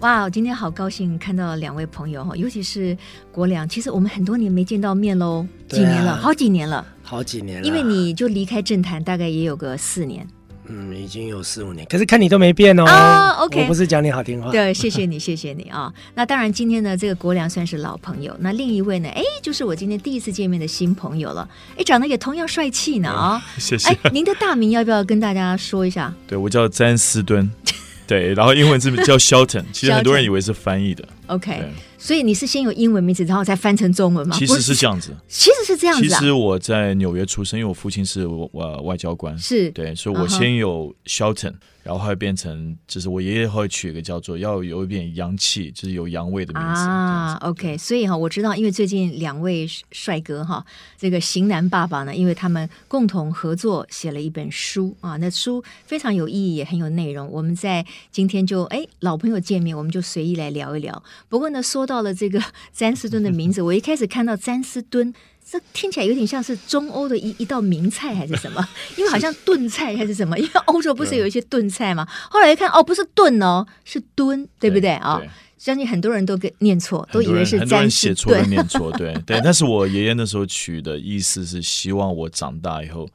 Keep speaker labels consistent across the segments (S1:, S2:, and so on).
S1: 哇，今天好高兴看到两位朋友哈，尤其是国良，其实我们很多年没见到面喽，
S2: 对
S1: 几
S2: 啊
S1: 年了，好几年了，
S2: 好几
S3: 啊
S2: 年了，
S1: 因为你就离开政坛大概也有个四年。
S2: 嗯已经有四五年，可是看你都没变哦。
S1: 哦，OK
S2: 我不是讲你好听话，
S1: 对，谢谢你，谢谢你啊。那当然，今天呢，这个国良算是老朋友。那另一位呢，哎，就是我今天第一次见面的新朋友了，哎，长得也同样帅气呢 啊。
S3: 谢谢
S1: 哎。，您的大名要不要跟大家说一下？
S3: 对我叫詹斯敦， 对，然后英文字母叫 Shelton，其实很 多人以为是翻译的，
S1: OK，
S3: 对，
S1: 所以你是先有英文名字，然后再翻成中文吗？
S3: 其
S1: 不
S3: 实是这样子。
S1: 其实是这样
S3: 其
S1: 子啊，
S3: 实我在纽约出生，因为我父亲是我呃外交官，
S1: 是
S3: 对，所以我
S1: 嗯哼
S3: 先有 Shelton，然后后来变成就是我爷爷后来取一个叫做要有一点洋气，就是有洋味的名字
S1: 啊，OK，所以哈，我知道，因为最近两位帅哥哈，这个型男爸爸呢，因为他们共同合作写了一本书啊，那书非常有意义，也很有内容。我们在今天就哎老朋友见面，我们就随意来聊一聊。不过呢，说到了这个詹士敦的名字，我一开始看到詹士敦。这听起来有点像是中欧的一一道名菜还是什么，因为好像炖菜还是什么，因为欧洲不是
S3: 对
S1: 有一些炖菜嘛。后来一看，哦，不是炖哦，是蹲，对不对啊？
S3: 对
S1: 相信很多人都给念错，都
S3: 很
S1: 以
S3: 多
S1: 为
S3: 人
S1: 是
S3: 很多
S1: 詹
S3: 人
S1: 士
S3: 写错了
S1: 顿。
S3: 念错， 对对。但是我爷爷那时候取的意思是希望我长大以后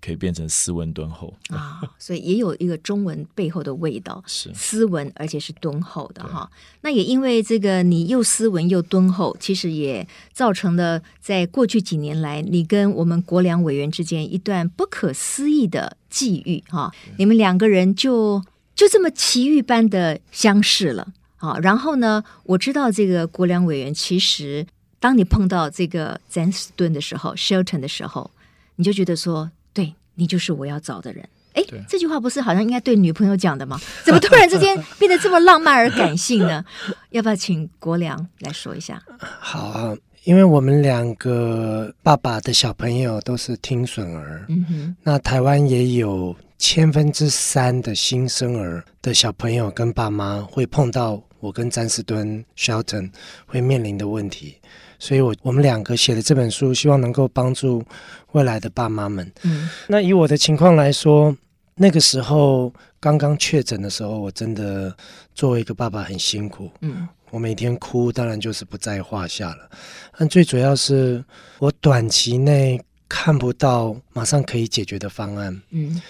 S3: 可以变成斯文敦厚，
S1: 啊、所以也有一个中文背后的味道，
S3: 是
S1: 斯文而且是敦厚的哈。那也因为这个你又斯文又敦厚，其实也造成了在过去几年来你跟我们国梁委员之间一段不可思议的际遇哈。你们两个人就就这么奇遇般的相识了啊。然后呢，我知道这个国梁委员其实。当你碰到这个詹斯顿的时候，Shelton 的时候，你就觉得说，对你就是我要找的人。哎
S3: 对，
S1: 这句话不是好像应该对女朋友讲的吗？ 怎么突然之间变得这么浪漫而感性呢？ 要不要请国良来说一下？
S2: 好啊，因为我们两个爸爸的小朋友都是听损儿，
S1: 嗯哼，
S2: 那台湾也有千分之三的新生儿的小朋友跟爸妈会碰到我跟詹士敦 Shelton 会面临的问题，所以我我们两个写的这本书，希望能够帮助未来的爸妈们。
S1: 嗯
S2: 那以我的情况来说，那个时候刚刚确诊的时候，我真的作为一个爸爸很辛苦。
S1: 嗯
S2: 我每天哭，当然就是不在话下了。但最主要是我短期内看不到马上可以解决的方案。
S1: 嗯，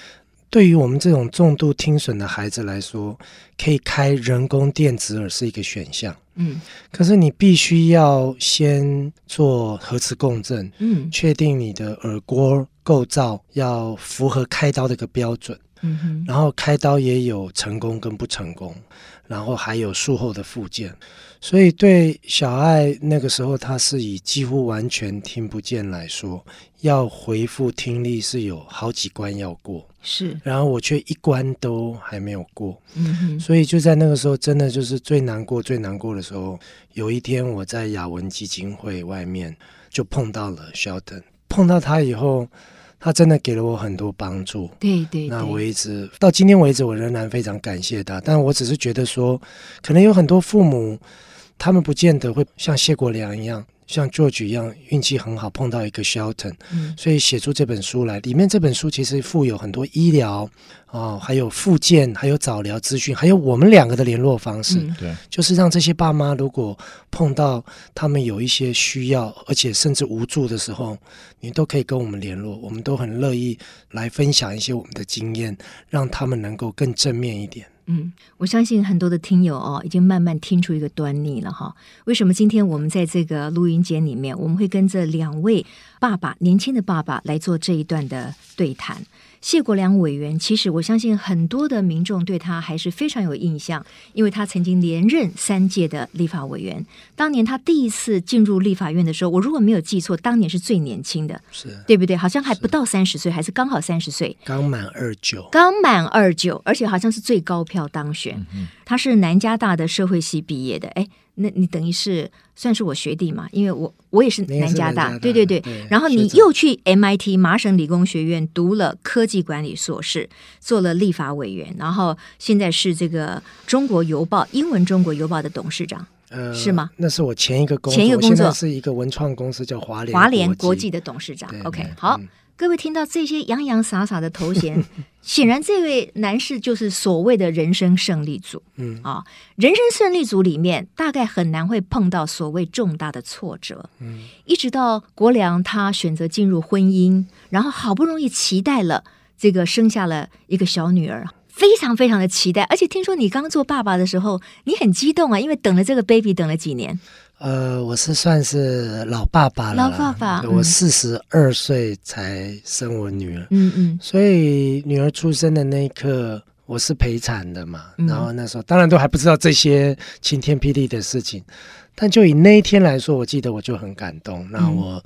S2: 对于我们这种重度听损的孩子来说，可以开人工电子耳是一个选项，
S1: 嗯
S2: 可是你必须要先做核磁共振，
S1: 嗯
S2: 确定你的耳郭构造要符合开刀的一个标准，
S1: 嗯哼，
S2: 然后开刀也有成功跟不成功，然后还有术后的复健，所以对小爱那个时候，她是以几乎完全听不见来说，要恢复听力是有好几关要过，
S1: 是，
S2: 然后我却一关都还没有过，
S1: 嗯哼，
S2: 所以就在那个时候，真的就是最难过、最难过的时候。有一天，我在雅文基金会外面就碰到了 Sheldon，碰到他以后，他真的给了我很多帮助。
S1: 对对
S2: 那我
S1: 对，
S2: 一直到今天为止，我仍然非常感谢他。但我只是觉得说，可能有很多父母，他们不见得会像谢国良一样，像 George 一样运气很好碰到一个 Shelton，
S1: 嗯
S2: 所以写出这本书来。里面这本书其实附有很多医疗哦，还有复健，还有早疗资讯，还有我们两个的联络方式，
S1: 嗯
S3: 对
S2: 就是让这些爸妈如果碰到他们有一些需要，而且甚至无助的时候，你都可以跟我们联络，我们都很乐意来分享一些我们的经验，让他们能够更正面一点。
S1: 嗯，我相信很多的听友哦，已经慢慢听出一个端倪了哈。为什么今天我们在这个录音间里面，我们会跟这两位爸爸，年轻的爸爸来做这一段的对谈？谢国良委员，其实我相信很多的民众对他还是非常有印象，因为他曾经连任三届的立法委员。当年他第一次进入立法院的时候，我如果没有记错，当年是最年轻的，
S2: 是
S1: 对不对？好像还不到三十岁，还是刚好三十岁。
S2: 刚满二九，
S1: 刚满二九，而且好像是最高票当选。
S2: 嗯
S1: 他是南加大的社会系毕业的，哎，那你等于是算是我学弟嘛？因为我我也是
S2: 你也
S1: 南
S2: 是
S1: 加
S2: 南
S1: 大，
S2: 加大
S1: 对对对。
S2: 对
S1: 然后你
S2: 学长
S1: 又去 MIT 麻省理工学院读了科技管理硕士，做了立法委员，然后现在是这个中国邮报英文中国邮报的董事长，
S2: 呃，
S1: 是吗？
S2: 那是我前一个工作，
S1: 前一个工作
S2: 我现在是一个文创公司叫华联
S1: 华联
S2: 国
S1: 国际的董事长
S2: 对。
S1: OK，
S2: 对
S1: 好
S2: 嗯，
S1: 各位听到这些洋洋洒洒的头 衔，显然这位男士就是所谓的人生胜利组。嗯啊，人生胜利组里面大概很难会碰到所谓重大的挫折。嗯，一直到国良他选择进入婚姻，然后好不容易期待了这个生下了一个小女儿。非常非常的期待，而且听说你刚做爸爸的时候，你很激动啊，因为等了这个 baby 等了几年。
S2: 呃，我是算是老爸爸了啦，
S1: 老爸爸
S2: 对
S1: 嗯
S2: 我四十二岁才生我女儿，
S1: 嗯嗯
S2: 所以女儿出生的那一刻，我是陪产的嘛。
S1: 嗯
S2: 然后那时候当然都还不知道这些晴天霹雳的事情，但就以那一天来说，我记得我就很感
S1: 嗯
S2: 动。那我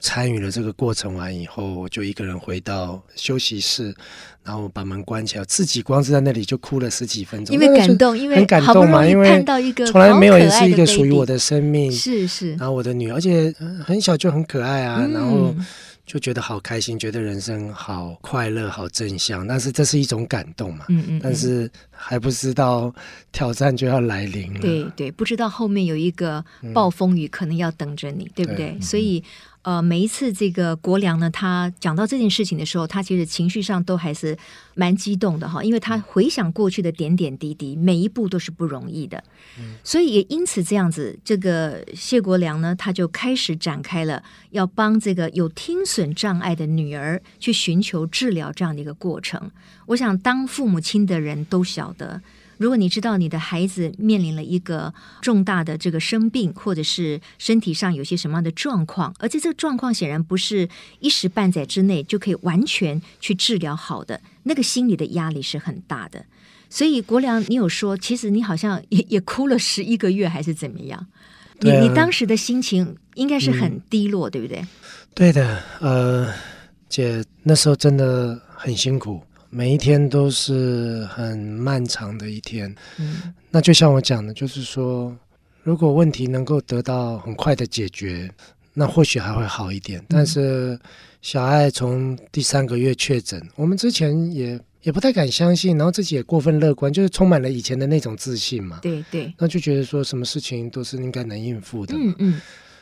S2: 参与了这个过程完以后，我就一个人回到休息室，然后把门关起来，自己光是在那里就哭了十几分钟，
S1: 因为
S2: 那个
S1: 感
S2: 是
S1: 动，因为
S2: 很感
S1: 好不
S2: 动嘛，
S1: 容易
S2: 因为
S1: 看到一个
S2: 从来没有
S1: 好可
S2: 也是
S1: 爱
S2: 一
S1: 的
S2: 个属于
S1: baby
S2: 我的生命。
S1: 是是，
S2: 然后我的女儿，而且呃很小就很可爱啊，然后
S1: 嗯
S2: 就觉得好开心，觉得人生好快乐、好正向。但是这是一种感动嘛，
S1: 嗯嗯，
S2: 但是还不知道挑战就要来临了。
S1: 对对，不知道后面有一个暴风雨可能要等着你，对不对？所以。呃，每一次这个国良呢，他讲到这件事情的时候，他其实情绪上都还是蛮激动的哈，因为他回想过去的点点滴滴，每一步都是不容易的，所以也因此这样子，这个谢国良呢，他就开始展开了要帮这个有听损障碍的女儿去寻求治疗这样的一个过程。我想，当父母亲的人都晓得，如果你知道你的孩子面临了一个重大的这个生病，或者是身体上有些什么样的状况，而且这个状况显然不是一时半载之内就可以完全去治疗好的，那个心理的压力是很大的。所以国良，你有说，其实你好像 也也哭了十一个月，还是怎么样？你、
S2: 对啊嗯
S1: 你当时的心情应该是很低落，对不对？
S2: 对的，呃，姐那时候真的很辛苦，每一天都是很漫长的一天。
S1: 嗯
S2: 那就像我讲的，就是说，如果问题能够得到很快的解决，那或许还会好一点。但是小爱从第三个月确诊，我们之前也也不太敢相信，然后自己也过分乐观，就是充满了以前的那种自信嘛。
S1: 对对，
S2: 那就觉得说什么事情都是应该能应付的嘛。
S1: 嗯嗯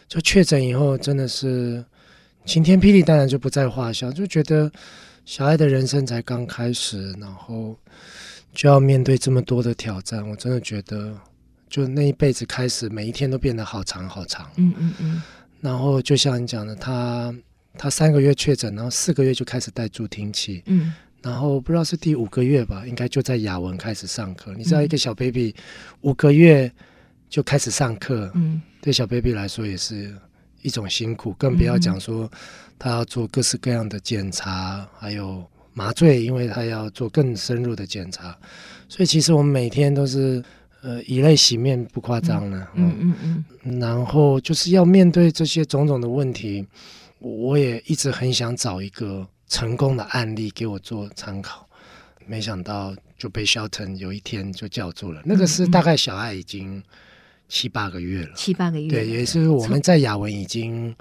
S2: 就确诊以后，真的是晴天霹雳，当然就不在话下。就觉得小爱的人生才刚开始，然后就要面对这么多的挑战，我真的觉得，就那一辈子开始，每一天都变得好长好长。
S1: 嗯嗯嗯，
S2: 然后就像你讲的，他他三个月确诊，然后四个月就开始戴助听器，
S1: 嗯
S2: 然后不知道是第五个月吧，应该就在雅文开始上课。你知道，
S1: 嗯
S2: 一个小 baby 五个月就开始上课，
S1: 嗯
S2: 对小 baby 来说也是一种辛苦，更不要
S1: 嗯
S2: 讲说他要做各式各样的检查，还有麻醉，因为他要做更深入的检查。所以其实我们每天都是呃以泪洗面，不夸张了。
S1: 嗯嗯嗯
S2: 嗯然后就是要面对这些种种的问题，我也一直很想找一个成功的案例给我做参考，没想到就被 Shelton 有一天就叫住了。
S1: 嗯
S2: 那个是大概小爱已经七八个月了。
S1: 七八个月，
S2: 对，也是我们在雅文已经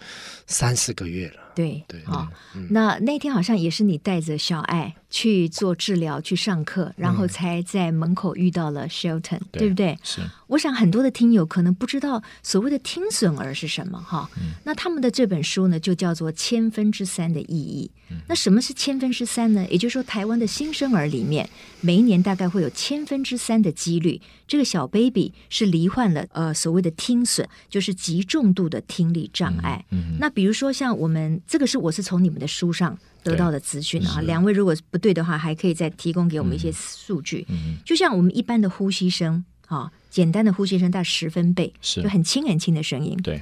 S2: 三四个月了。
S1: 对
S2: 对
S1: 好、
S2: 嗯
S1: 那那天好像也是你带着小爱去做治疗、去上课，然
S2: 嗯
S1: 后才在门口遇到了 Shelton，、
S3: 对
S1: 不对？
S3: 是
S1: 我想很多的听友可能不知道所谓的听损儿是什么哈。那他们的这本书呢，就叫做《千分之三的意义》。那什么是千分之三呢？也就是说，台湾的新生儿里面，每一年大概会有千分之三的几率，这个小 baby 是罹患了呃所谓的听损，就是极重度的听力障碍。那比如说像我们这个是我是从你们的书上得到的资讯啊，两位如果不对的话，还可以再提供给我们一些数据。就像我们一般的呼吸声啊，简单的呼吸声大十分贝，
S3: 是
S1: 就很轻很轻的声音。
S3: 对，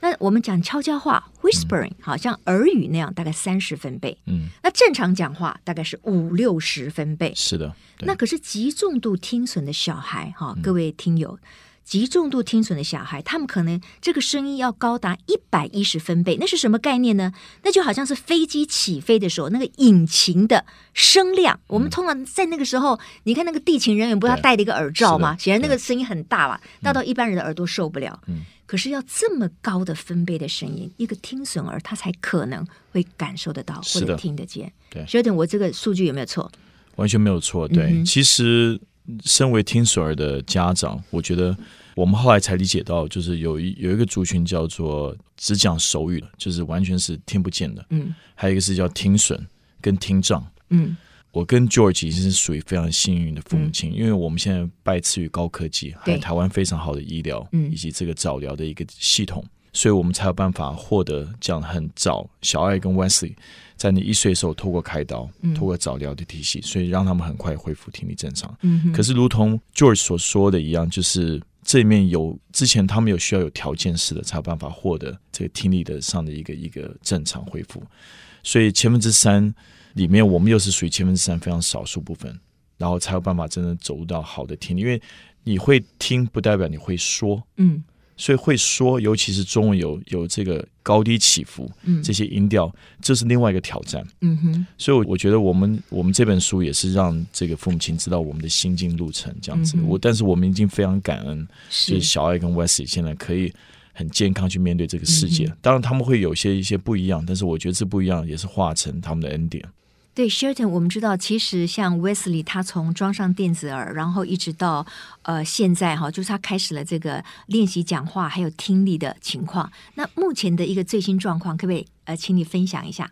S1: 那我们讲悄悄话 （whispering），、好像耳语那样，大概三十分贝。
S3: 嗯，
S1: 那正常讲话大概是五六十分贝。
S3: 是的，对嗯
S1: 那可是极重度听损的小孩哈，各位听友，极重度听损的小孩，他们可能这个声音要高达一百一十分贝，那是什么概念呢？那就好像是飞机起飞的时候那个引擎的声量，我们通常在那个时候，你看那个地勤人员不是他
S3: 嗯对
S1: 戴了一个耳罩
S3: 是
S1: 吗？
S3: 的
S1: 显然那个声音很大吧，大到一般人的耳朵受不了。
S3: 嗯
S1: 可是要这么高的分贝的声音，一个听损儿他才可能会感受得到或
S3: 是
S1: 者
S3: 的
S1: 听得见。
S3: 对
S1: s h e l d o n 我这个数据有没有错？
S3: 完全没有错。对，
S1: 嗯哼
S3: 其实身为听水儿的家长，我觉得我们后来才理解到，就是有一有一个族群叫做只讲手语的，就是完全是听不见的；
S1: 嗯
S3: 还有一个是叫听损跟听障。
S1: 嗯
S3: 我跟 George 其实是属于非常幸运的父母亲，因为我们现在拜赐予高科技，还有台湾非常好的医疗，
S1: 嗯
S3: 以及这个早疗的一个系统，所以我们才有办法获得这样很早。小爱跟 Wesley 在你一岁的时候，透过开刀，
S1: 嗯
S3: 透过早疗的体系，所以让他们很快恢复听力正常。
S1: 嗯哼，
S3: 可
S1: 是
S3: 是，如同 George 所说的一样，就是这里面有之前他们有需要有条件式的才有办法获得这个听力的上的一个一个正常恢复，所以千分之三里面，我们又是属于千分之三非常少数部分，然后才有办法真的走入到好的听力，因为你会听不代表你会说，
S1: 嗯
S3: 所以会说，尤其是中文有有这个高低起伏
S1: 嗯
S3: 这些音调，这是另外一个挑战。
S1: 嗯哼
S3: 所以我我觉得我们我们这本书也是让这个父母亲知道我们的心境路程这样子。
S1: 嗯哼
S3: 我但是我们已经非常感恩，就
S1: 是
S3: 是小爱跟 Wesley 现在可以很健康去面对这个世界。
S1: 嗯哼
S3: 当然他们会有些一些不一样，但是我觉得这不一样也是化成他们的恩典。
S1: 对 Sherton，我们知道，其实像 Wesley，他从装上电子耳，然后一直到呃现在哈，就是他开始了这个练习讲话还有听力的情况。那目前的一个最新状况，可不可以呃，请你分享一下？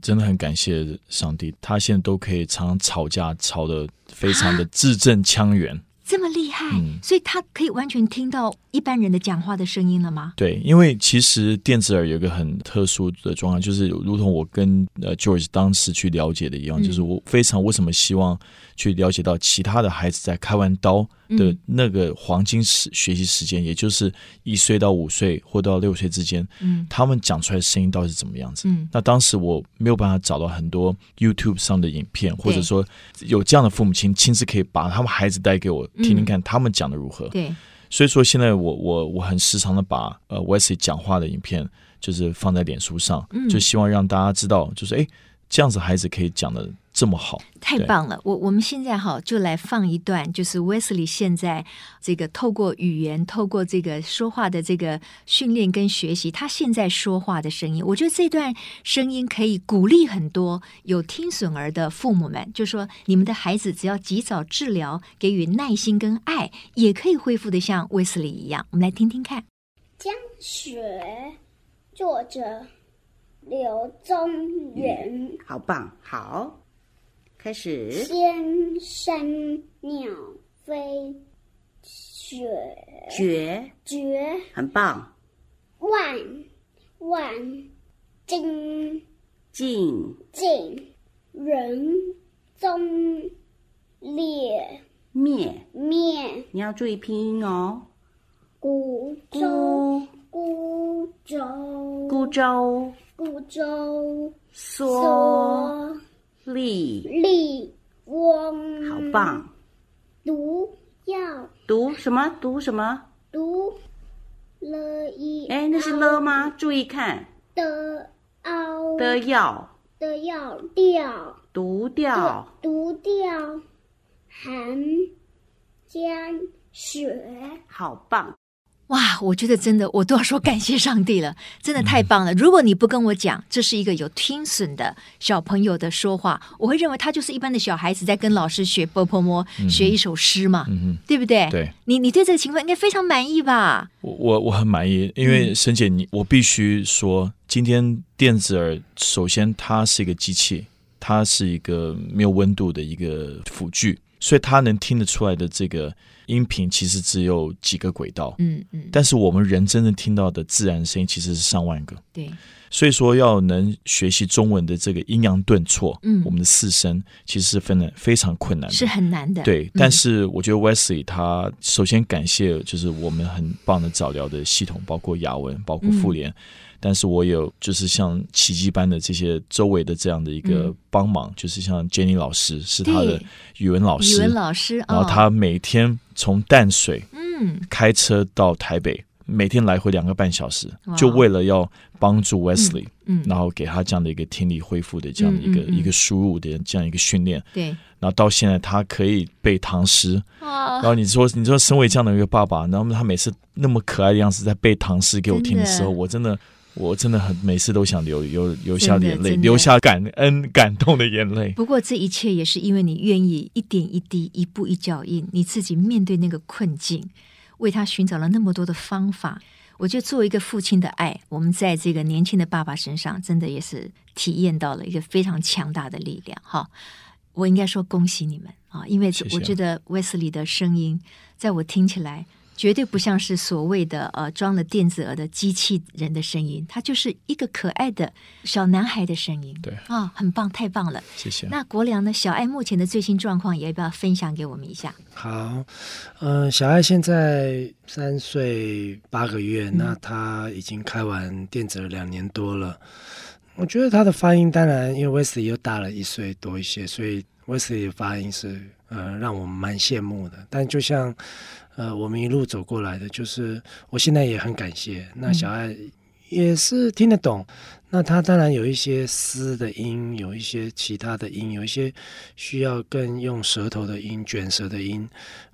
S3: 真的很感谢上帝，他现在都可以常常吵架，吵得非常的字正腔圆。
S1: 这么厉害，
S3: 嗯
S1: 所以他可以完全听到一般人的讲话的声音了吗？
S3: 对，因为其实电子耳有一个很特殊的状况，就是如同我跟呃 George 当时去了解的一样，
S1: 嗯
S3: 就是我非常为什么希望去了解到其他的孩子在开完刀的
S1: 嗯
S3: 那个黄金时学习时间，也就是一岁到五岁或到六岁之间，
S1: 嗯
S3: 他们讲出来的声音到底是怎么样子。
S1: 嗯
S3: 那当时我没有办法找到很多 YouTube 上的影片，或者
S1: 对
S3: 说有这样的父母亲亲自可以把他们孩子带给我听
S1: 嗯
S3: 听看，他们讲的如何。
S1: 对，
S3: 所以说现在我我我很时常的把呃 Wesley 讲话的影片就是放在脸书上，
S1: 嗯
S3: 就希望让大家知道，就是诶，这样子孩子可以讲的这么好，
S1: 太
S3: 对
S1: 棒了！我我们现在哈就来放一段，就是 Wesley 现在这个透过语言、透过这个说话的这个训练跟学习，他现在说话的声音，我觉得这段声音可以鼓励很多有听损儿的父母们，就说你们的孩子只要及早治疗，给予耐心跟爱，也可以恢复的像 Wesley 一样。我们来听听看。
S4: 江雪，作者刘宗元。
S5: 好棒，好，开始。
S4: 天生鸟飞，雪
S5: 绝，
S4: 绝
S5: 很棒。
S4: 万万精
S5: 进，
S4: 进人踪灭
S5: 灭，
S4: 灭
S5: 你要注意拼音哦。
S4: 古州
S5: 孤，
S4: 孤州
S5: 孤舟，
S4: 孤州
S5: 缩，
S4: 所
S5: 立，
S4: 立翁
S5: 好棒。
S4: 毒药
S5: 读什么？读什么？
S4: 读了一
S5: 哎，那是了吗？注意看，
S4: 的凹
S5: 的要
S4: 的要掉
S5: 读掉，
S4: 读掉寒江雪
S5: 好棒。
S1: 哇，我觉得真的，我都要说感谢上帝 了，真的太棒了。如果你不跟我讲，这是一个有听损的小朋友的说话，我会认为他就是一般的小孩子在跟老师学波波摸，学一首诗嘛，
S3: 嗯
S1: 对不对？
S3: 哼，对
S1: 你你对这个情况应该非常满意吧？
S3: 我我我很满意，因
S1: 嗯
S3: 为沈姐你我必须说，今天电子耳首先它是一个机器，它是一个没有温度的一个辅具，所以它能听得出来的这个音频其实只有几个轨道，
S1: 嗯嗯，
S3: 但是我们人真正听到的自然声音其实是上万个。
S1: 对，
S3: 所以说，要能学习中文的这个阴阳顿挫，
S1: 嗯
S3: 我们的四声其实是分的非常困难的，
S1: 是很难的。
S3: 对
S1: 嗯。
S3: 但是我觉得 Wesley 他首先感谢就是我们很棒的早疗的系统，包括雅文，包
S1: 嗯
S3: 括妇联，但是我有就是像奇迹般的这些周围的这样的一个
S1: 嗯
S3: 帮忙，就是像 Jenny 老师是他的
S1: 对
S3: 语文老师，
S1: 语文老师
S3: 然
S1: 啊，
S3: 后他每天从淡水
S1: 嗯
S3: 开车到台北，每天来回两个半小时
S1: 哇，
S3: 就为了要帮助 Wesley，、
S1: 嗯，
S3: 然后给他这样的一个听力恢复的这样的一个、
S1: 嗯嗯嗯
S3: 一个输入的这样一个训练，
S1: 对，
S3: 然后到现在他可以背唐诗，然
S1: 哇，
S3: 后你说你说身为这样的一个爸爸，然后他每次那么可爱的样子在背唐诗给我听的
S1: 真
S3: 时候，
S1: 的
S3: 我真的。我真的很每次都想流流流下
S1: 真的
S3: 眼泪，
S1: 真的
S3: 流下感恩感动的眼泪。
S1: 不过这一切也是因为你愿意一点一滴、一步一脚印，你自己面对那个困境。为他寻找了那么多的方法。我觉得作为一个父亲的爱，我们在这个年轻的爸爸身上，真的也是体验到了一个非常强大的力量哈。我应该说恭喜你们啊，因为
S3: 谢谢
S1: 我觉得威斯里的声音，在我听起来绝对不像是所谓的呃装了电子耳的机器人的声音，他就是一个可爱的小男孩的声音。
S3: 对
S1: 啊，很棒，太棒了。
S3: 谢谢。
S1: 那国良呢？小爱目前的最新状况，也要不要分享给我们一下？
S2: 好，嗯、小爱现在三岁八个月，那她已经开完电子耳两年多了。我觉得她的发音，当然因为 Wesley 又大了一岁多一些，所以 Wesley 的发音是呃让我们蛮羡慕的。但就像呃我们一路走过来的，就是我现在也很感谢那小爱
S1: 嗯
S2: 也是听得懂。那她当然有一些嘶的音，有一些其他的音，有一些需要更用舌头的音、卷舌的音，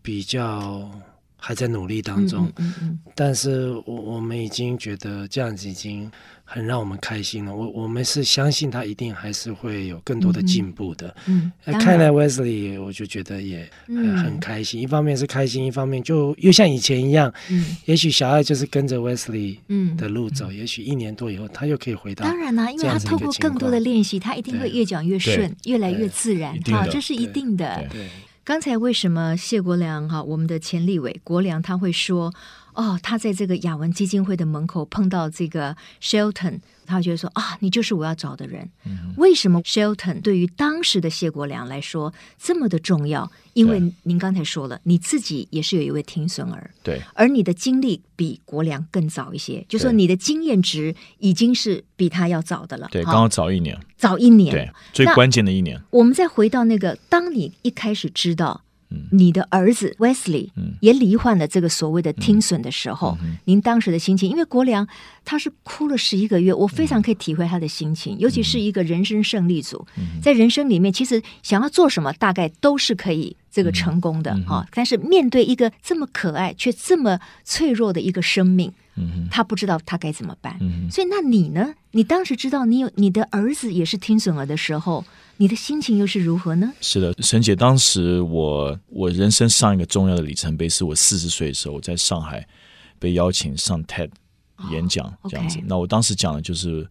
S2: 比较还在努力当中。
S1: 嗯嗯
S2: 但是我我们已经觉得这样子已经很让我们开心了。我我们是相信他一定还是会有更多的进步的。
S1: 嗯嗯，
S2: 呃
S1: 当
S2: 看
S1: 然
S2: 来 Wesley，我就觉得也很,、
S1: 嗯
S2: 很开心。一方面是开心，一方面就又像以前一样，
S1: 嗯
S2: 也许小爱就是跟着 Wesley
S1: 嗯
S2: 的路走，也许一年多以后他又可以回到
S1: 当然啦、因为
S2: 这
S1: 他
S2: 样子一
S1: 透
S2: 个
S1: 过
S2: 情
S1: 更多的
S2: 况
S1: 练习，他一定
S2: 对
S1: 会越讲越顺，越来越
S2: 对
S1: 自然
S3: 一定
S1: 哈，
S3: 的
S1: 这是一
S2: 对
S1: 定的。
S3: 对
S2: 对。
S1: 刚才为什么谢国良哈，我们的前立委国良他会说，哦，他在这个雅文基金会的门口碰到这个 Shelton，他觉得说啊，你就是我要找的人。
S2: 嗯
S1: 为什么 Shelton 对于当时的谢国良来说这么的重要？因为您刚才说了，你自己也是有一位听损儿，
S3: 对
S1: 而你的经历比国良更早一些，就说
S3: 对
S1: 你的经验值已经是比他要早的了，
S3: 对，
S1: 哈
S3: 刚好早一年，
S1: 早一年，
S3: 对，最
S1: 那
S3: 关键的一年，
S1: 我们再回到那个，当你一开始知道
S3: 嗯
S1: 你的儿子 Wesley
S3: 嗯
S1: 也罹患了这个所谓的听损的时候，您当时的心情，因为国良他是哭了十一个月，我非
S3: 嗯
S1: 常可以体会他的心情，尤其是一个人生胜利组，
S3: 嗯
S1: 在人生里面，其实想要做什么，大概都是可以这个成功
S3: 嗯
S1: 的哈、但是面对一个这么可爱却这么脆弱的一个生命，
S3: 嗯哼，
S1: 他不知道他该怎么办。
S3: 嗯
S1: 所以，那你呢？你当时知道你有你的儿子也是听损儿的时候，你的心情又是如何呢？
S3: 是的，沈姐，当时我我人生上一个重要的里程碑是我四十岁的时候，我在上海被邀请上 TED 演讲，
S1: 哦 OK
S3: 这样子。那我当时讲的就是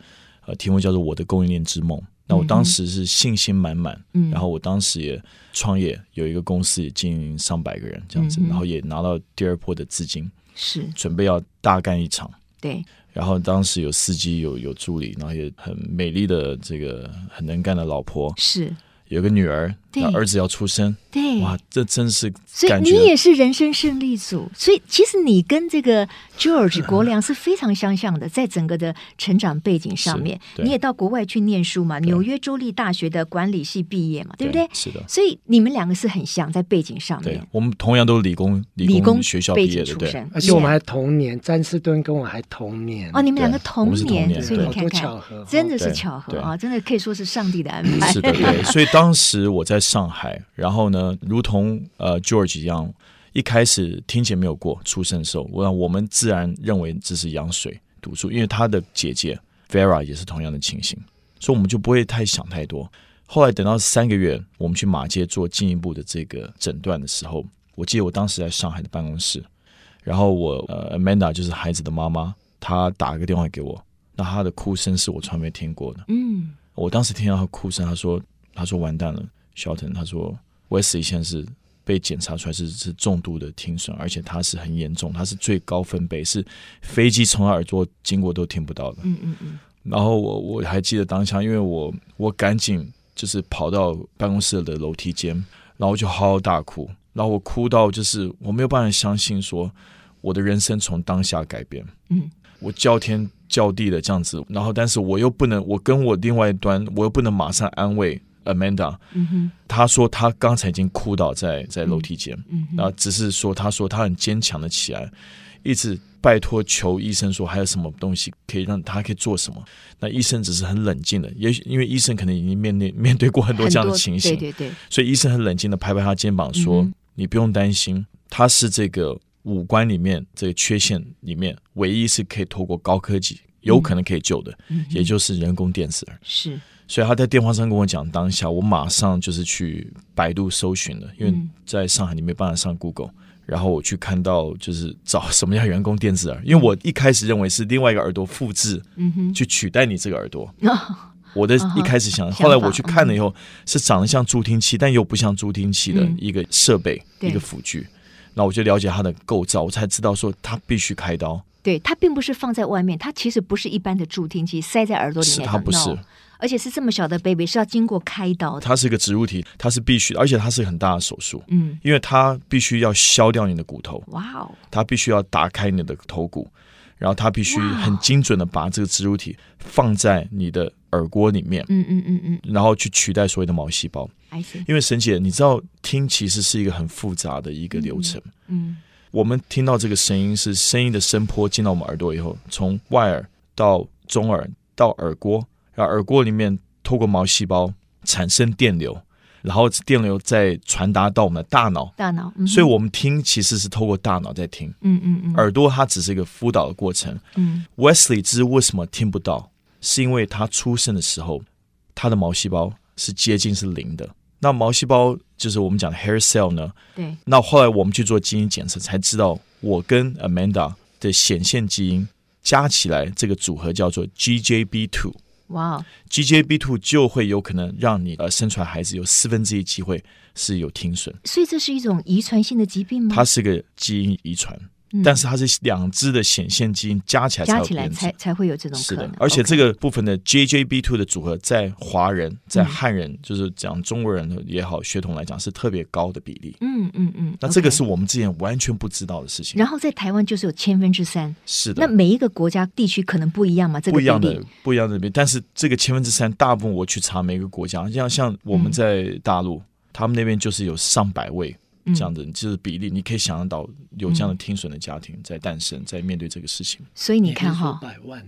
S3: 呃，题目叫做《我的供应链之梦》。那我当时是信心满满，
S1: 嗯
S3: 然后我当时也创业，有一个公司也经营上百个人这样子，
S1: 嗯哼
S3: 然后也拿到第二波的资金，
S1: 是
S3: 准备要大干一场。
S1: 对，
S3: 然后当时有司机，有有助理，然后也很美丽的这个很能干的老婆，
S1: 是
S3: 有个女儿，
S1: 对
S3: 那儿子要出生，
S1: 对。
S3: 哇，这真是
S1: 哎所以
S3: 感
S1: 你
S3: 觉
S1: 也是人生胜利组，所以其实你跟这个 George 国良是非常相像的，在整个的成长背景上面，
S3: 对
S1: 你也到国外去念书嘛，纽约州立大学的管理系毕业嘛，对不对？
S3: 是的，
S1: 所以你们两个是很像在背景上
S3: 对
S1: 面，
S3: 我们同样都是理工
S1: 理工
S3: 学校
S1: 背
S3: 毕业
S1: 景
S3: 的，
S1: 出
S3: 对，
S1: 身，
S2: 而且我们
S1: 是
S2: 还同年，詹士敦跟我还同年
S1: 哦，你们两个
S3: 对我们是同年
S1: 所以你
S3: 对
S1: 看
S2: 好多巧
S1: 看
S2: 合，
S1: 真的是
S3: 对
S1: 巧合
S3: 对
S1: 啊，真的可以说是上帝的安排。
S3: 是的，对。所以当时我在上海，然后呢，如同呃 George 一样，一开始听见没有过出生的时候，我我们自然认为这是羊水毒素，因为他的姐姐 Vera 也是同样的情形，所以我们就不会太想太多。后来等到三个月，我们去马街做进一步的这个诊断的时候，我记得我当时在上海的办公室，然后我呃 Amanda 就是孩子的妈妈，她打个电话给我，那她的哭声是我从来没听过的。
S1: 嗯，
S3: 我当时听到他哭声，他说：“他说完蛋了，小腾，他说 Wesley 现在是被检查出来是是重度的听损，而且他是很严重，他是最高分贝，是飞机从他耳朵经过都听不到的。”
S1: 嗯嗯嗯，
S3: 然后我我还记得当下，因为我我赶紧就是跑到办公室的楼梯间，然后我就嚎啕大哭，然后我哭到就是我没有办法相信说我的人生从当下改变，
S1: 嗯，
S3: 我叫天叫地的这样子，然后但是我又不能，我跟我另外一端我又不能马上安慰 Amanda，
S1: 嗯哼，
S3: 她说她刚才已经哭倒在在楼梯间，
S1: 嗯哼，
S3: 然后只是说，他说他很坚强的起来，一直拜托求医生说还有什么东西可以让他可以做什么。那医生只是很冷静的，也许因为医生可能已经面对面对过很多
S1: 很
S3: 这样的情形，
S1: 对对对，
S3: 所以医生很冷静的拍拍他肩膀说：“
S1: 嗯哼
S3: 你不用担心，他是这个五官里面这个缺陷里面唯一是可以透过高科技有可能可以救的，
S1: 嗯
S3: 也就是人工电子耳。”
S1: 是，
S3: 所以他在电话上跟我讲当下，我马上就是去百度搜寻了，因为
S1: 嗯
S3: 在上海你没办法上 Google，然后我去看到就是找什么叫人工电子耳，因为我一开始认为是另外一个耳朵复制
S1: 嗯哼，
S3: 去取代你这个耳朵，
S1: 哦
S3: 我的
S1: 嗯哼
S3: 一开始想，
S1: 想法嗯
S3: 后来我去看了以后，是长得像助听器，但又不像助听器的
S1: 嗯
S3: 一个设备，
S1: 对
S3: 一个辅具。那我就了解它的构造，我才知道说它必须开刀，
S1: 对，它并不是放在外面，它其实不是一般的助听器塞在耳朵里
S3: 是
S1: 面的，
S3: 它不是
S1: no，而且是这么小的 baby 是要经过开刀的，
S3: 它是一个植入体，它是必须的，而且它是很大的手术，
S1: 嗯，
S3: 因为它必须要削掉你的骨头，
S1: 哇哦，
S3: 它必须要打开你的头骨，然后它必须
S1: 哇
S3: 很精准的把这个植入体放在你的耳郭里面，
S1: 嗯嗯嗯嗯
S3: 然后去取代所有的毛细胞。
S1: ，I see，
S3: 因为沈姐，你知道听其实是一个很复杂的一个流程。
S1: 嗯
S3: 我们听到这个声音是声音的声波进到我们耳朵以后，从外耳到中耳到耳郭，然后耳郭里面透过毛细胞产生电流，然后电流再传达到我们的大脑。
S1: 大脑，嗯哼
S3: 所以，我们听其实是透过大脑在听，
S1: 嗯嗯嗯，
S3: 耳朵它只是一个辅导的过程。
S1: 嗯
S3: Wesley 之为什么听不到，是因为他出生的时候，他的毛细胞是接近是零的。那毛细胞就是我们讲的 hair cell 呢，
S1: 对，
S3: 那后来我们去做基因检测，才知道我跟 Amanda 的显现基因加起来，这个组合叫做 GJB2。
S1: 哇哦，
S3: GJB2 就会有可能让你呃生出来孩子有四分之一机会是有听损，
S1: 所以这是一种遗传性的疾病吗？
S3: 它是个基因遗传，
S1: 嗯
S3: 但是它是两只的显现基因加起来才
S1: 加
S3: 有
S1: 起来
S3: 变质
S1: 才。才会有这种
S3: 是
S1: 可
S3: 的
S1: 能，，
S3: 而且这
S1: OK
S3: 个部分的 JJB2 的组合在华人、在汉人，
S1: 嗯
S3: 就是讲中国人也好，血统来讲是特别高的比例。
S1: 嗯嗯嗯，
S3: 那这个
S1: OK
S3: 是我们之前完全不知道的事情。
S1: 然后在台湾就是有千分之三，
S3: 是的，
S1: 那每一个国家地区可能不一样嘛，这个
S3: 不一样
S1: 比
S3: 的
S1: 例，
S3: 不一样的比例，但是这个千分之三，大部分我去查每个国家，像像我们
S1: 嗯
S3: 在大陆，他们那边就是有上百位
S1: 嗯
S3: 这样的，就是比例，你可以想象到有这样的听损的家庭在诞生，在面对这个事情，
S1: 所以你看哈，
S2: 百万，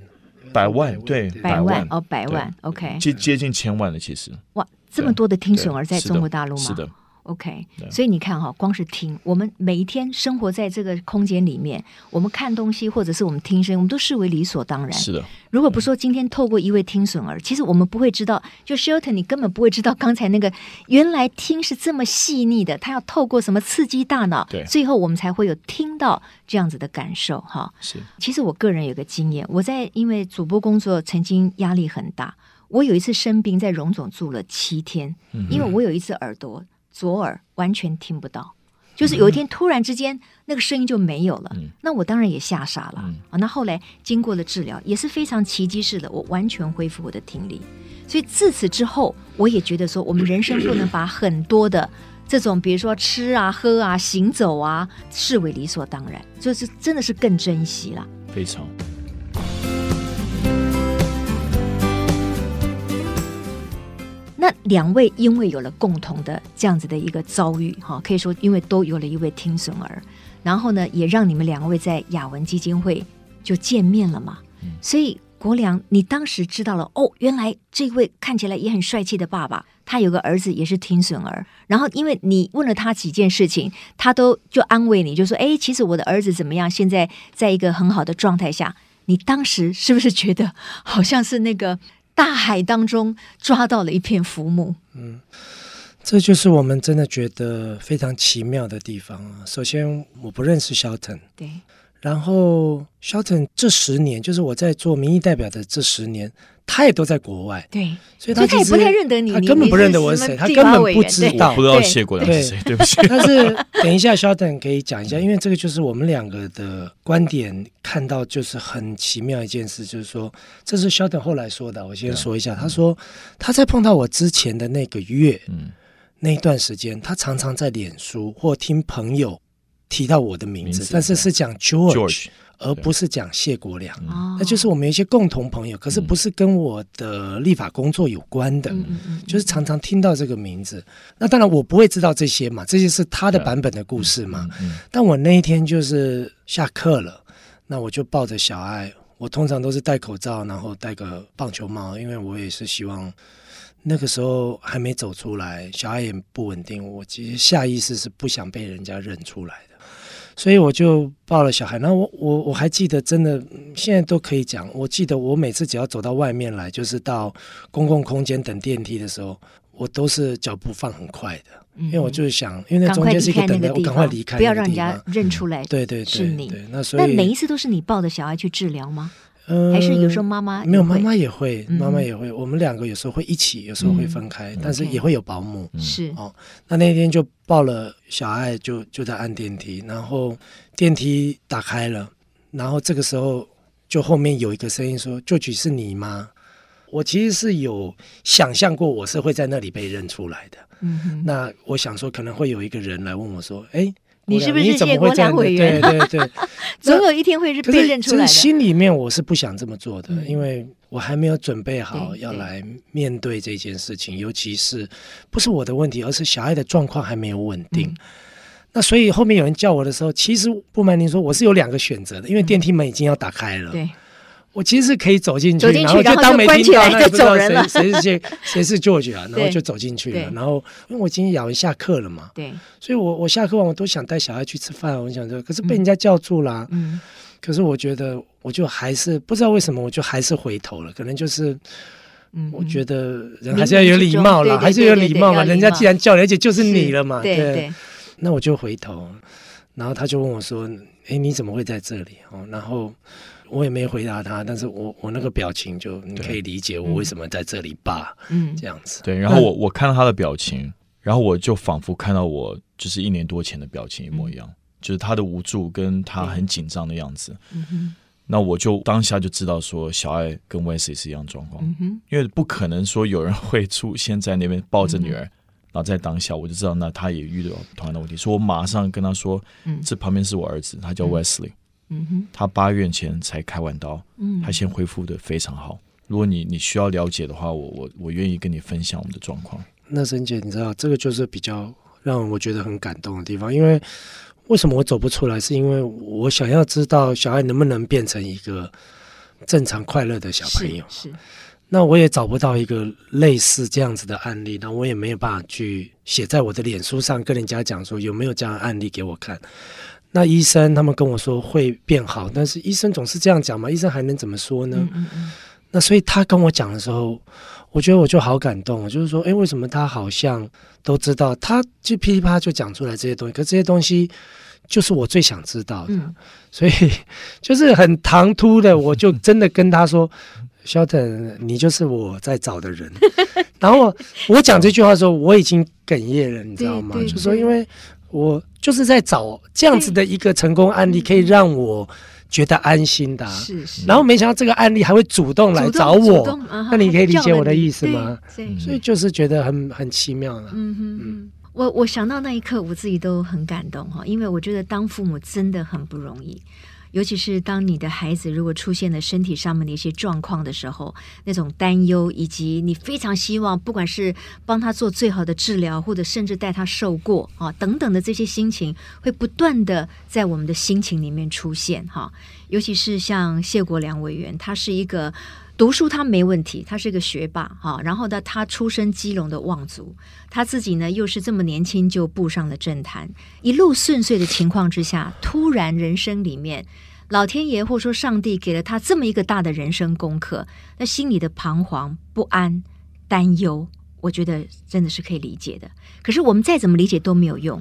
S3: 百万对百
S1: 万
S3: 万
S1: 哦，百
S3: 对嗯
S1: 万，OK，
S3: 接接近千万的其实，
S1: 哇，这么多的听
S3: 对
S1: 损儿在
S3: 是的
S1: 中国大陆吗？
S3: 是的，
S1: OK，
S3: 对
S1: 所以你看哈、光是听，我们每一天生活在这个空间里面，我们看东西或者是我们听声，我们都视为理所当然。
S3: 是的，
S1: 如果不说今天透过一位听损儿，其实我们不会知道，就 Shelton，你根本不会知道刚才那个原来听是这么细腻的，他要透过什么刺激大脑，
S3: 对
S1: 最后我们才会有听到这样子的感受哈。
S3: 是
S1: 其实我个人有个经验，我在因为主播工作曾经压力很大，我有一次生病在荣总住了七天，因为我有一只耳朵左耳完全听不到。就是有一天突然之间，那个声音就没有了，那我当然也吓傻了、啊。那后来经过了治疗，也是非常奇迹式的，我完全恢复我的听力。所以自此之后，我也觉得说，我们人生不能把很多的这种，比如说吃啊、喝啊、行走啊，视为理所当然，就是真的是更珍惜啦。
S3: 非常。
S1: 那两位因为有了共同的这样子的一个遭遇，哈，可以说因为都有了一位听损儿，然后呢，也让你们两位在雅文基金会就见面了嘛。所以国良，你当时知道了哦，原来这位看起来也很帅气的爸爸，他有个儿子也是听损儿。然后因为你问了他几件事情，他都就安慰你，就说：“哎，其实我的儿子怎么样？现在在一个很好的状态下。”你当时是不是觉得好像是那个大海当中抓到了一片浮 木？
S2: 这就是我们真的觉得非常奇妙的地方啊。首先，我不认识肖腾，
S1: 对，
S2: 然后肖腾这十年，就是我在做民意代表的这十年，他也都在国外，
S1: 对，
S2: 所
S1: 所
S2: 以他
S1: 以他也
S2: 其实
S1: 不太认得你，
S2: 他
S1: 你
S2: 根本
S1: 你
S2: 不
S1: 是
S2: 认得我
S1: 什么
S2: 是谁，他
S1: 立
S2: 根
S1: 法
S2: 本
S1: 委
S2: 不
S1: 员
S2: 知
S1: 对
S2: 道
S3: 我不知道
S1: 哎对
S3: 谢国良是谁，对不起。
S2: 但是等一下，肖等可以讲一下，因为这个就是我们两个的观点，看到就是很奇妙一件事，就是说，这是肖等后来说的，我先说一下，他说他在碰到我之前的那个月，
S3: 嗯，
S2: 那一段时间，他常常在脸书或听朋友提到我的名字，
S3: 名字
S2: 但是是讲 George，,
S3: George，
S2: 而不是讲谢国良。
S1: 哦
S2: 那就是我们有一些共同朋友，可是不是跟我的立法工作有关的，
S1: 嗯嗯嗯，
S2: 就是常常听到这个名字。那当然我不会知道这些嘛，这些是他的版本的故事嘛。但我那一天就是下课了，那我就抱着小爱，我通常都是戴口罩，然后戴个棒球帽，因为我也是希望。那个时候还没走出来，小爱也不稳定，我其实下意识是不想被人家认出来的，所以我就抱了小孩。那我我我还记得，真的嗯现在都可以讲。我记得我每次只要走到外面来，就是到公共空间等电梯的时候，我都是脚步放很快的，
S1: 因
S2: 因为我就是想，因为那
S1: 嗯赶
S2: 中
S1: 快
S2: 间
S1: 离
S2: 是一个
S1: 开那
S2: 等
S1: 个
S2: 待，我
S1: 地
S2: 赶快
S1: 方
S2: 离开，
S1: 不要让人家。认出来。
S2: 对对
S1: 是
S2: 对
S1: 你
S2: 对，那所
S1: 那
S2: 以
S1: 每一次都是你抱着小孩去治疗吗？
S2: 呃
S1: 还是有时候妈妈
S2: 没有
S1: 也
S2: 妈
S1: 会
S2: 妈也会，妈妈
S1: 嗯
S2: 也会，我们两个有时候会一起，有时候会
S1: 嗯
S2: 分开，但是
S1: OK
S2: 也会有保姆。
S1: 是
S2: 哦那那天就抱了小爱就，就在按电梯，然后电梯打开了，然后这个时候就后面有一个声音说：“就举是你吗？”我其实是有想象过我是会在那里被认出来的。
S1: 嗯哼，
S2: 那我想说，可能会有一个人来问我说：“哎，
S1: 你
S2: 国良
S1: 是不是
S2: 怎么会在那
S1: 国良委员
S2: 对对 对，
S1: 总有一天会是
S2: 可
S1: 被
S2: 是
S1: 认出
S2: 可
S1: 来
S2: 是
S1: 的。
S2: 心里面我是不想这么做的，
S1: 嗯
S2: 因为我还没有准备好
S1: 对
S2: 要
S1: 对
S2: 来面对这件事情，尤其是不是我的问题，而是小爱的状况还没有稳定。
S1: 嗯
S2: 那所以后面有人叫我的时候，其实不瞒您说，我是有两个选择的，因为电梯门已经要打开了，
S1: 嗯对，
S2: 我其实是可以走进去，
S1: 走进去
S2: 然后
S1: 然后
S2: 当
S1: 就
S2: 没
S1: 关起
S2: 听到，
S1: 来就
S2: 那也不知道
S1: 走人了
S2: 谁谁 是谁是 George 啊，然后
S1: 对
S2: 就走进去了，
S1: 对
S2: 然后因为我已经咬人下课了嘛，
S1: 对，
S2: 所以我我下课完我都想带小孩去吃饭，啊我想说，可是被人家叫住啊啦、
S1: 嗯，
S2: 可是我觉得，我就还是不知道为什么，我就还是回头了。可能就是
S1: 嗯
S2: 我
S1: 嗯
S2: 觉得人还是要有礼貌
S1: 冥冥之
S2: 啦，
S1: 中
S2: 还是有礼貌嘛。
S1: 对对对对要
S2: 人
S1: 礼貌
S2: 家既然叫你，而且就是你了嘛，
S1: 对对，
S2: 那我就回头，然后他就问我说：“哎，你怎么会在这里？”哦，然后我也没回答他，但是我我那个表情就你可以理解我为什么在这里吧，
S1: 嗯，
S2: 这样子。
S3: 对，然后我我看到他的表情，然后我就仿佛看到我就是一年多前的表情一
S1: 嗯
S3: 模一样，就是他的无助跟他很紧张的样子。
S1: 嗯哼，
S3: 那我就当下就知道说，小爱跟 Wesley 是一样状况，
S1: 嗯哼，
S3: 因为不可能说有人 会出现在那边抱着
S1: 嗯
S3: 女儿。然后在当下，我就知道，那他也遇到同样的问题，所以我马上跟他说
S1: 嗯：“
S3: 这旁边是我儿子，他叫 Wesley，、
S1: 嗯哼，
S3: 他八月前才开完刀，
S1: 嗯
S3: 他现在恢复的非常好。如果你你需要了解的话，我我我愿意跟你分享我们的状况。
S2: 那沈姐，你知道这个就是比较让我觉得很感动的地方，因为为什么我走不出来，是因为我想要知道小孩能不能变成一个正常快乐的小朋友
S1: 是。是，
S2: 那我也找不到一个类似这样子的案例，那我也没有办法去写在我的脸书上跟人家讲说有没有这样的案例给我看。那医生他们跟我说会变好，但是医生总是这样讲嘛，医生还能怎么说呢？
S1: 嗯嗯嗯，
S2: 那所以他跟我讲的时候，我觉得我就好感动，就是说，哎，为什么他好像都知道，他就噼里啪啦就讲出来这些东西，可这些东西就是我最想知道的，
S1: 嗯
S2: 所以就是很唐突的，我就真的跟他说。肖腾，你就是我在找的人。然后我讲这句话的时候，我已经哽咽了，你知道吗？
S1: 对对
S2: 就说
S1: 对
S2: 因为我就是在找这样子的一个成功案例，
S1: 对
S2: 可以让我觉得安心的啊、
S1: 嗯是是，
S2: 然后没想到这个案例还会主动来
S1: 主动
S2: 找
S1: 主
S2: 我
S1: 动，啊哈
S2: 那你可以理
S1: 叫
S2: 解
S1: 了
S2: 我的
S1: 你
S2: 意思
S1: 对
S2: 吗？嗯
S1: 对，
S2: 所以就是觉得很很奇妙了。
S1: 嗯哼嗯，我我想到那一刻，我自己都很感动哈，因为我觉得当父母真的很不容易。尤其是当你的孩子如果出现了身体上面的一些状况的时候，那种担忧，以及你非常希望，不管是帮他做最好的治疗，或者甚至带他受过啊等等的这些心情，会不断的在我们的心情里面出现哈。尤其是像谢国良委员，他是一个读书他没问题，他是个学霸哈。然后呢，他出身基隆的望族，他自己呢又是这么年轻就步上了政坛，一路顺遂的情况之下，突然人生里面。老天爷或说上帝给了他这么一个大的人生功课，那心里的彷徨、不安、担忧，我觉得真的是可以理解的。可是我们再怎么理解都没有用，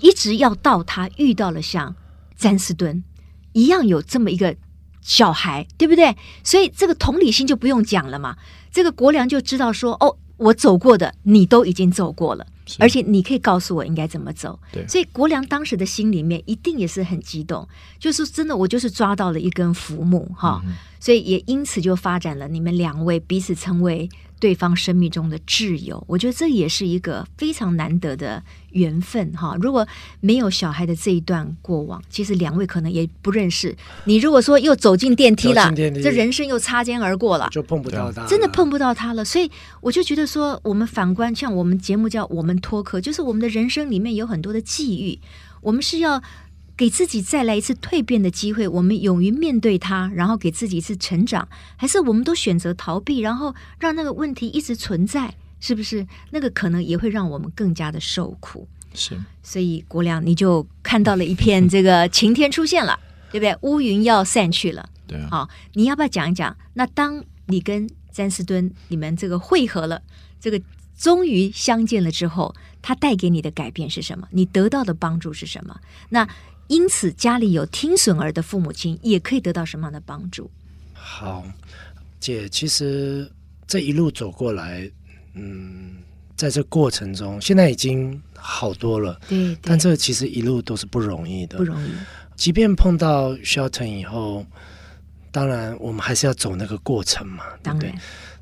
S1: 一直要到他遇到了像詹斯敦一样有这么一个小孩，对不对？所以这个同理心就不用讲了嘛。这个国良就知道说，哦，我走过的你都已经走过了，
S3: 是
S1: 而且你可以告诉我应该怎么走。
S3: 对
S1: 所以国良当时的心里面一定也是很激动，就是真的，我就是抓到了一根浮木哈，
S2: 嗯
S1: 所以也因此就发展了你们两位彼此成为对方生命中的挚友。我觉得这也是一个非常难得的缘分哈。如果没有小孩的这一段过往，其实两位可能也不认识。你如果说又走进电梯
S2: 走
S1: 了，
S2: 进电梯
S1: 这人生又擦肩而过了。
S2: 就碰不到他，
S1: 真的碰。不到他了，所以我就觉得说，我们反观像我们节目叫“我们脱壳”，就是我们的人生里面有很多的际遇，我们是要给自己再来一次蜕变的机会，我们勇于面对它，然后给自己一次成长，还是我们都选择逃避，然后让那个问题一直存在，是不是？那个可能也会让我们更加的受苦。
S3: 是
S1: 所以国良，你就看到了一片这个晴天出现了，对不对？乌云要散去了。
S3: 对啊。
S1: 好、你要不要讲一讲？那当你跟詹士敦，你们这个汇合了，这个终于相见了之后，它带给你的改变是什么？你得到的帮助是什么？那因此，家里有听损儿的父母亲也可以得到什么样的帮助？
S2: 好，姐，其实这一路走过来，嗯，在这过程中，现在已经好多了，
S1: 对，对
S2: 但这其实一路都是不容易的
S1: 不。容易。
S2: 即便碰到 Shelton 以后，当然我们还是要走那个过程嘛，对
S1: 当
S2: 不对
S1: 然？，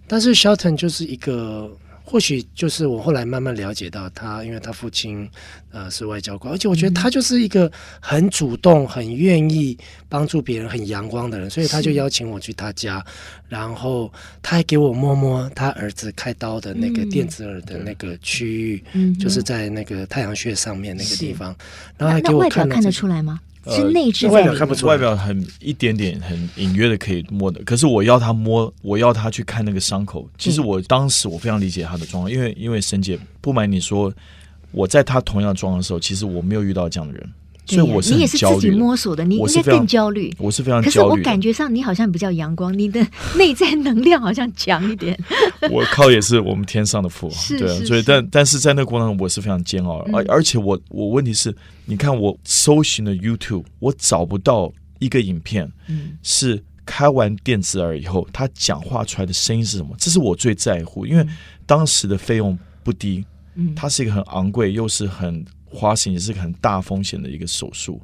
S2: 但是 Shelton 就是一个，或许就是我后来慢慢了解到他，因为他父亲呃是外交官，而且我觉得
S1: 嗯
S2: 他就是一个很主动、很愿意帮助别人、很阳光的人，所以他
S1: 是
S2: 就邀请我去他家，然后他还给我摸摸他儿子开刀的那个
S1: 嗯
S2: 电子耳的那个区域。
S1: 嗯哼，
S2: 就是在那个太阳穴上面那个
S1: 是
S2: 地方，然
S1: 那
S2: 后还给
S1: 那
S2: 我
S1: 外
S2: 看
S1: 表
S2: 了
S1: 看
S2: 这
S1: 得
S2: 个
S1: 出来吗？
S3: 呃
S1: 是内置
S2: 那
S1: 在
S2: 外
S1: 里
S2: 表
S1: 面
S2: 看不出来
S3: 外表很一点点，很隐约的可以摸的。可是我要他摸，我要他去看那个伤口。其实我当时我非常理解他的状况，因为因为沈姐不瞒你说，我在他同样的状况的时候，其实我没有遇到这样的人，
S1: 对
S3: 所以
S1: 呀
S3: 我
S1: 你也
S3: 很
S1: 是
S3: 焦
S1: 自己
S3: 虑的。
S1: 摸索的，你
S3: 我
S1: 应
S3: 是
S1: 该
S3: 非常
S1: 更焦虑。
S3: 我是非常
S1: 可是
S3: 焦
S1: 我
S3: 虑的
S1: 感。觉上你好像比较阳光，你的内在能量好像强一点。
S3: 我靠，也是我们天上的父，
S1: 是
S3: 对啊
S1: 是，
S3: 所以
S1: 是嗯
S3: 但但是在那个过程中，我是非常煎熬的，而、而且我我问题是，你看我搜寻了 YouTube，我找不到一个影片，
S1: 嗯
S3: 是开完电子耳以后，他讲话出来的声音是什么？这是我最在乎，因为当时的费用不低，
S1: 嗯
S3: 它是一个很昂贵又是很花钱，也是个很大风险的一个手术。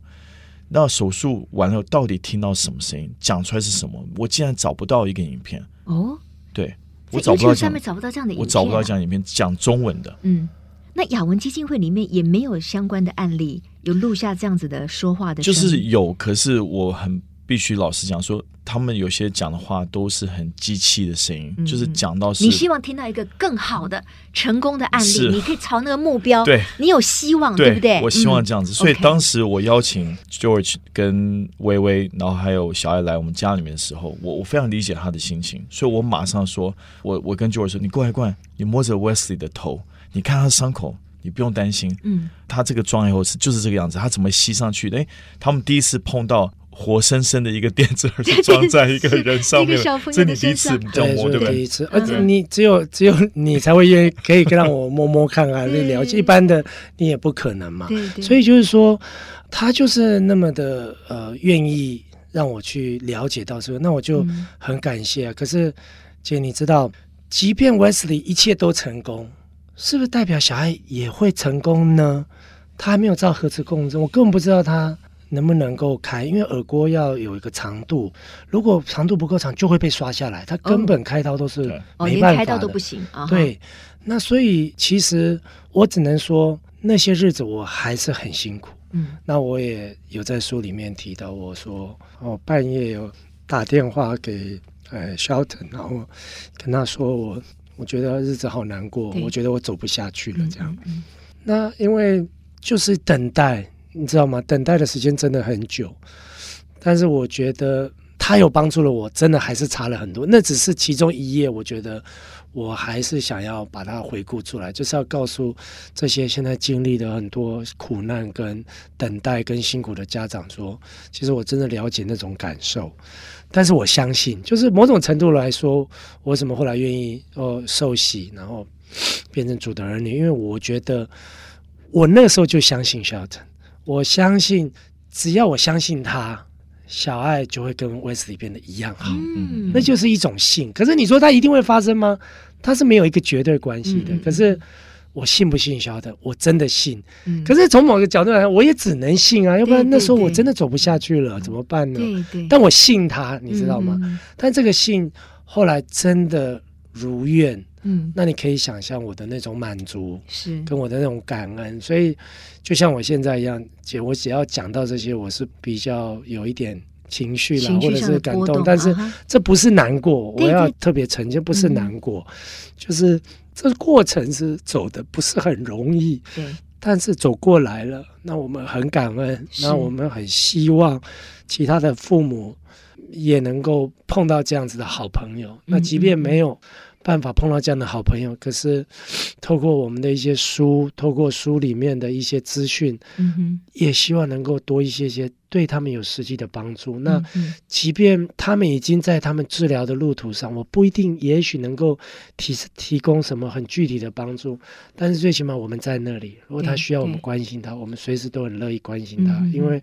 S3: 那手术完了，到底听到什么声音？讲出来是什么？我竟然找不到一个影片，
S1: 哦，
S3: 对
S1: 在
S3: 我找不到
S1: YouTube
S3: 这
S1: 上
S3: 样
S1: 面，找不到这样的影片、啊
S3: 我找不到这。样的影片讲中文的。
S1: 嗯，那雅文基金会里面也没有相关的案例，有录下这样子的说话的
S3: 就
S1: 声音，
S3: 是有，可是我很必须老实讲说，他们有些讲的话都是很机器的声音，
S1: 嗯
S3: 就是
S1: 嗯
S3: 讲到是
S1: 你希望听到一个更好的、成功的案例，
S3: 是
S1: 你可以朝那个目标，
S3: 对，
S1: 你有希望，不对？嗯
S3: 我希望这样子。所以
S1: OK
S3: 当时我邀请 George 跟微微，然后还有小爱来我们家里面的时候，我我非常理解他的心情，所以我马上说，我我跟 George 说，你过来过来，你摸着 Wesley 的头，你看他的伤口，你不用担心，
S1: 嗯，
S3: 他这个装以后是就是这个样子，他怎么吸上去的？哎，他们第一次碰到。活生生的一个电子 耳是装在一个人上
S1: 这
S3: 面
S1: 个小
S3: 的，
S1: 朋
S3: 这
S1: 友
S3: 是你
S1: 的
S3: 第一
S1: 身
S3: 次
S1: 上
S3: 这
S2: 对，
S3: 样摸，
S2: 这是
S3: 对不
S2: 第
S3: 对
S2: 一？次，而且
S1: 嗯
S2: 你只有只有你才会愿意可以让我摸摸看啊，
S1: 对
S2: 你了解，一般的你也不可能嘛。
S1: 嗯对对，
S2: 所以就是说，他就是那么的呃，愿意让我去了解到这个，那我就
S1: 嗯
S2: 很感谢、啊。可是姐，你知道，即便 Wesley 一切都成功，是不是代表小爱也会成功呢？他还没有照核磁共振，我根本不知道他能不能够开，因为耳郭要有一个长度，如果长度不够长，就会被刷下来。他根本开刀都是
S3: 对
S1: 哦，
S2: 没
S1: 连
S2: 办法的。
S1: 开刀都不行啊，哈，
S2: 对，那所以其实我只能说，那些日子我还是很辛苦。
S1: 嗯
S2: 那我也有在书里面提到，我说我半夜有打电话给呃 Shelton，然后跟他说我我觉得日子好难过，
S1: 对
S2: 我觉得我走不下去了
S1: 嗯
S2: 这样。
S1: 嗯
S2: 那因为就是等待，你知道吗？等待的时间真的很久，但是我觉得他有帮助了我，真的还是差了很多。那只是其中一页，我觉得我还是想要把它回顾出来，就是要告诉这些现在经历的很多苦难、跟等待、跟辛苦的家长说，其实我真的了解那种感受。但是我相信，就是某种程度来说，我为什么后来愿意哦受洗，然后变成主的儿女？因为我觉得我那时候就相信 Shelton，我相信只要我相信他，小爱就会跟 Wesley 变得一样好，
S1: 嗯，
S2: 那就是一种信。可是你说它一定会发生吗？它是没有一个绝对关系
S1: 嗯
S2: 的。
S1: 嗯嗯
S2: 可是我信不信 Shelton，我真的信。
S1: 嗯
S2: 可是从某个角度来，我也只能信啊，要不然
S1: 对
S2: 那时候
S1: 对
S2: 我
S1: 对
S2: 真的走不下去了，怎么办呢？
S1: 对对，
S2: 但我信他，你知道吗？
S1: 嗯？
S2: 但这个信后来真的如愿，
S1: 嗯，嗯嗯
S2: 那你可以想象我的那种满足。
S1: 是，
S2: 跟我的那种感恩，所以就像我现在一样，姐，我只要讲到这些，我是比较有一点情绪啦，
S1: 情
S2: 或
S1: 绪
S2: 者
S1: 上
S2: 是
S1: 的
S2: 感
S1: 波
S2: 动
S1: 动，，
S2: 但是
S1: 啊哈
S2: 这不是难过，
S1: 对
S2: 我要
S1: 对嗯
S2: 特别澄清，不是难过，就是这个过程是走的不是很容易，
S1: 对，
S2: 但是走过来了，那我们很感恩，
S1: 是
S2: 那我们很希望其他的父母也能够碰到这样子的好朋
S1: 嗯
S2: 友。那即便没有办法碰到这样的好朋友，可是透过我们的一些书，透过书里面的一些资讯，
S1: 嗯哼，
S2: 也希望能够多一些些对他们有实际的帮助。那
S1: 嗯
S2: 即便他们已经在他们治疗的路途上，我不一定也许能够提提供什么很具体的帮助，但是最起码我们在那里，如果他
S1: 对
S2: 需要我们
S1: 对
S2: 关心他，我们随时都很乐意关心他，
S1: 嗯嗯嗯
S2: 因为。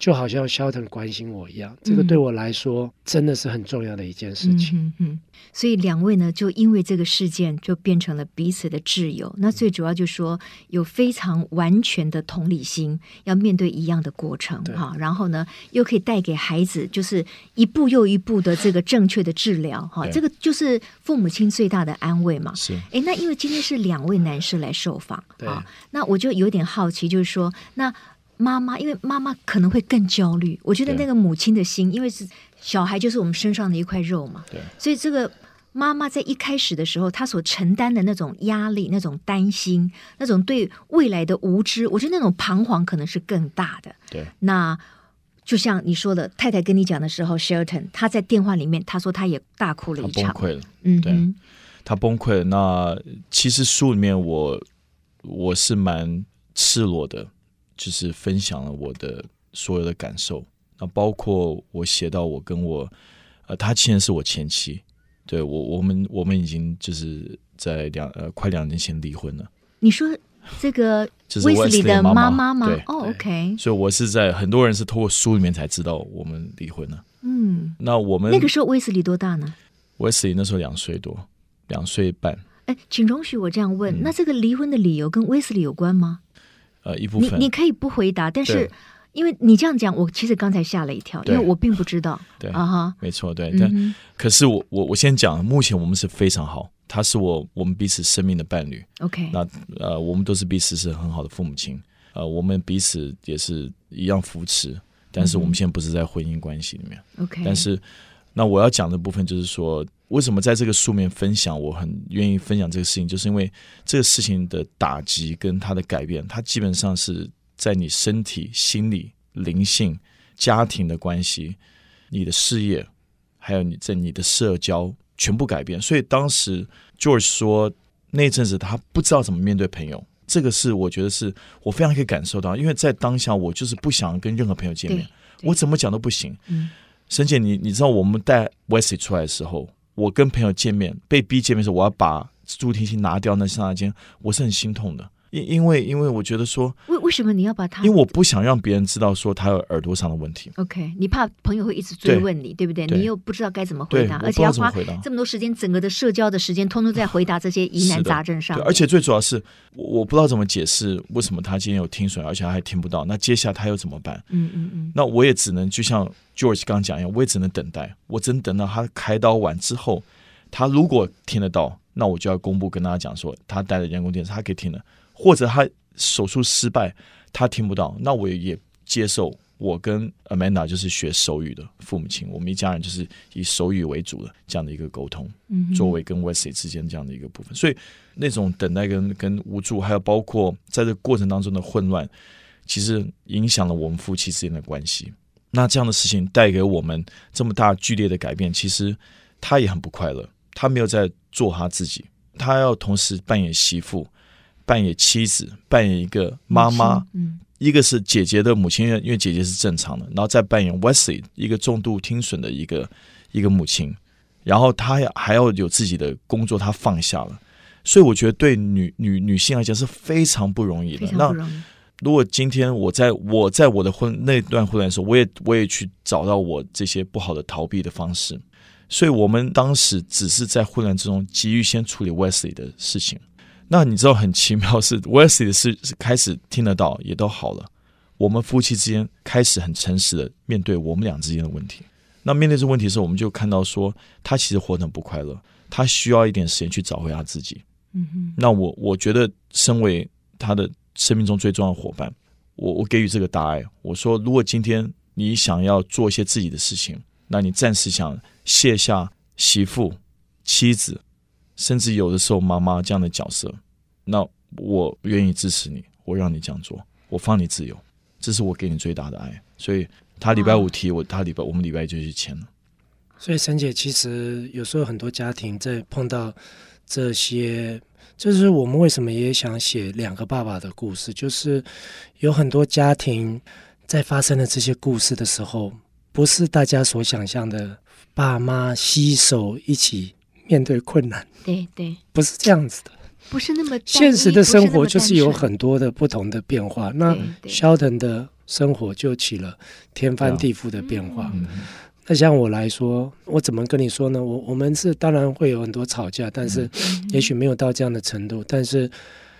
S2: 就好像肖腾关心我一样，这个
S1: 嗯
S2: 对我来说真的是很重要的一件事
S1: 嗯
S2: 情。
S1: 嗯嗯，所以两位呢，就因为这个事件就变成了彼此的挚友。那最主要就是说有非常完全的同理心，要面对一样的过程
S2: 对
S1: 哈。然后呢，又可以带给孩子就是一步又一步的这个正确的治疗哈。
S3: 对
S1: 这个就是父母亲最大的安慰嘛。
S3: 是
S1: 诶，哎那因为今天是两位男士来受访
S2: 对
S1: 啊，那我就有点好奇，就是说，那妈妈，因为妈妈可能会更焦虑，我觉得
S3: 对
S1: 那个母亲的心，因为是小孩就是我们身上的一块肉嘛，
S3: 对，
S1: 所以这个妈妈在一开始的时候，她所承担的那种压力、那种担心、那种对未来的无知，我觉得那种彷徨可能是更大的。
S3: 对，
S1: 那就像你说的，太太跟你讲的时候，Shelton 他在电话里面他说他也大哭了
S3: 他
S1: 一
S3: 崩
S1: 场，
S3: 溃了。
S1: 嗯
S3: 对
S1: 哼，
S3: 他崩溃了。那其实书里面我我是蛮赤裸的，就是分享了我的所有的感受。那包括我写到我跟我呃，她现在是我前妻，对我我们我们已经就是在两呃快两年前离婚了，
S1: 你说这个
S3: 就是
S1: 威斯利
S3: Wesley
S1: 的
S3: 的妈妈
S1: 妈吗
S3: 对？
S1: 哦，OK，
S3: 所以我是在很多人是透过书里面才知道我们离婚了。
S1: 嗯，
S3: 那我们
S1: 那个时候威斯利多大呢？
S3: Wesley 那时候两岁多，两岁半，
S1: 哎，请容许我这样
S3: 嗯
S1: 问，那这个离婚的理由跟威斯利有关吗？
S3: 呃一部
S1: 你
S3: 分
S1: 你可以不回答，但是
S3: 对
S1: 因为你这样讲，我其实刚才吓了一跳，因
S3: 对
S1: 为我并不知道
S3: 对
S1: 啊哈，
S3: 没错，对，但
S1: 嗯
S3: 可是我我我先讲，目前我们是非常好，他是我我们彼此生命的伴侣。
S1: 哼，OK，
S3: 那呃，我们都是彼此是很好的父母亲，呃，我们彼此也是一样扶持。但是我
S1: 嗯
S3: 们现在不是在婚姻关系里面，
S1: OK，
S3: 但是那我要讲的部分就是说，为什么在这个书面分享，我很愿意分享这个事情，就是因为这个事情的打击跟它的改变，它基本上是在你身体、心理、灵性、家庭的关系、你的事业，还有你在你的社交全部改变。所以当时 George 说，那阵子他不知道怎么面对朋友。这个是我觉得是我非常可以感受到，因为在当下我就是不想跟任何朋友见面
S1: 对，
S3: 我怎么讲都不行。
S1: 嗯
S3: 沈姐，你你知道我们带 Wesley 出来的时候，我跟朋友见面，被逼见面的时候，我要把助听器拿掉那刹那间，我是很心痛的，因因为因为我觉得说，
S1: 为为什么你要把他？
S3: 因为我不想让别人知道说他有耳朵上的问题，
S1: OK，你怕朋友会一直追
S3: 对
S1: 问你，对不对？
S3: 对
S1: 你又不知道该怎么回
S3: 对，
S1: 答，
S3: 我
S1: 而
S3: 不
S1: 且
S3: 知道
S1: 要
S3: 怎么
S1: 花
S3: 回答。
S1: 这么多时间，整个的社交的时间，通通在回答这些疑难
S3: 是的
S1: 杂症上
S3: 对，
S1: 面。
S3: 而且最主要是我我不知道怎么解释为什么他今天有听损，而且他还听不到，那接下来他又怎么办？
S1: 嗯，嗯嗯
S3: 那我也只能就像 George 刚刚讲一样，我也只能等待，我只能等到他开刀完之后，他如果听得到，那我就要公布跟大家讲说，他戴了人工电池，他可以听了，或者他手术失败，他听不到，那我也接受。我跟 Amanda 就是学手语的父母亲，我们一家人就是以手语为主的这样的一个沟通。
S1: 嗯哼，
S3: 作为跟 Wesley 之间这样的一个部分，所以那种等待跟跟无助，还有包括在这过程当中的混乱，其实影响了我们夫妻之间的关系。那这样的事情带给我们这么大剧烈的改变，其实他也很不快乐，他没有在做他自己，他要同时扮演媳妇、扮演妻子、扮演一个妈妈，
S1: 嗯
S3: 一个是姐姐的母亲，因为姐姐是正常的，然后再扮演 Wesley 一个重度听损的一个一个母亲，然后她要还要有自己的工作，她放下了，所以我觉得对女女女性来讲是非常不容易
S1: 非
S3: 的。
S1: 常
S3: 那
S1: 不容易。
S3: 如果今天我在我在我的婚那段婚恋的时候，我也我也去找到我这些不好的逃避的方式，所以我们当时只是在混乱之中急于先处理 Wesley 的事情。那你知道很奇妙是 Wesley 的事是开始听得到，也都好了。我们夫妻之间开始很诚实的面对我们俩之间的问题。那面对这问题的时候，我们就看到说他其实活得很不快乐，他需要一点时间去找回他自己。
S1: 嗯哼，
S3: 那我我觉得，身为他的生命中最重要的伙伴，我我给予这个答案。我说，如果今天你想要做一些自己的事情，那你暂时想卸下媳妇、妻子，甚至有的时候妈妈这样的角色，那我愿意支持你，我让你这样做，我放你自由，这是我给你最大的爱。所以他礼拜五提我，他礼拜我们礼拜一就去签了。
S2: 所以，沈姐，其实有时候很多家庭在碰到这些，就是我们为什么也想写两个爸爸的故事，就是有很多家庭在发生了这些故事的时候，不是大家所想象的爸妈携手一起面对困难，
S1: 对对，
S2: 不是这样子的。
S1: 不是那么单一
S2: 现实的生活就是有。
S1: 不那么单纯
S2: 很多的不同的变化，那
S1: 对对
S2: Sheldon 的生活就起了天翻地覆的变化。
S3: 嗯
S2: 那像我来说，我怎么跟你说呢？我我们是当然会有很多吵架，但是
S1: 嗯
S2: 也许没有到这样的程度。但是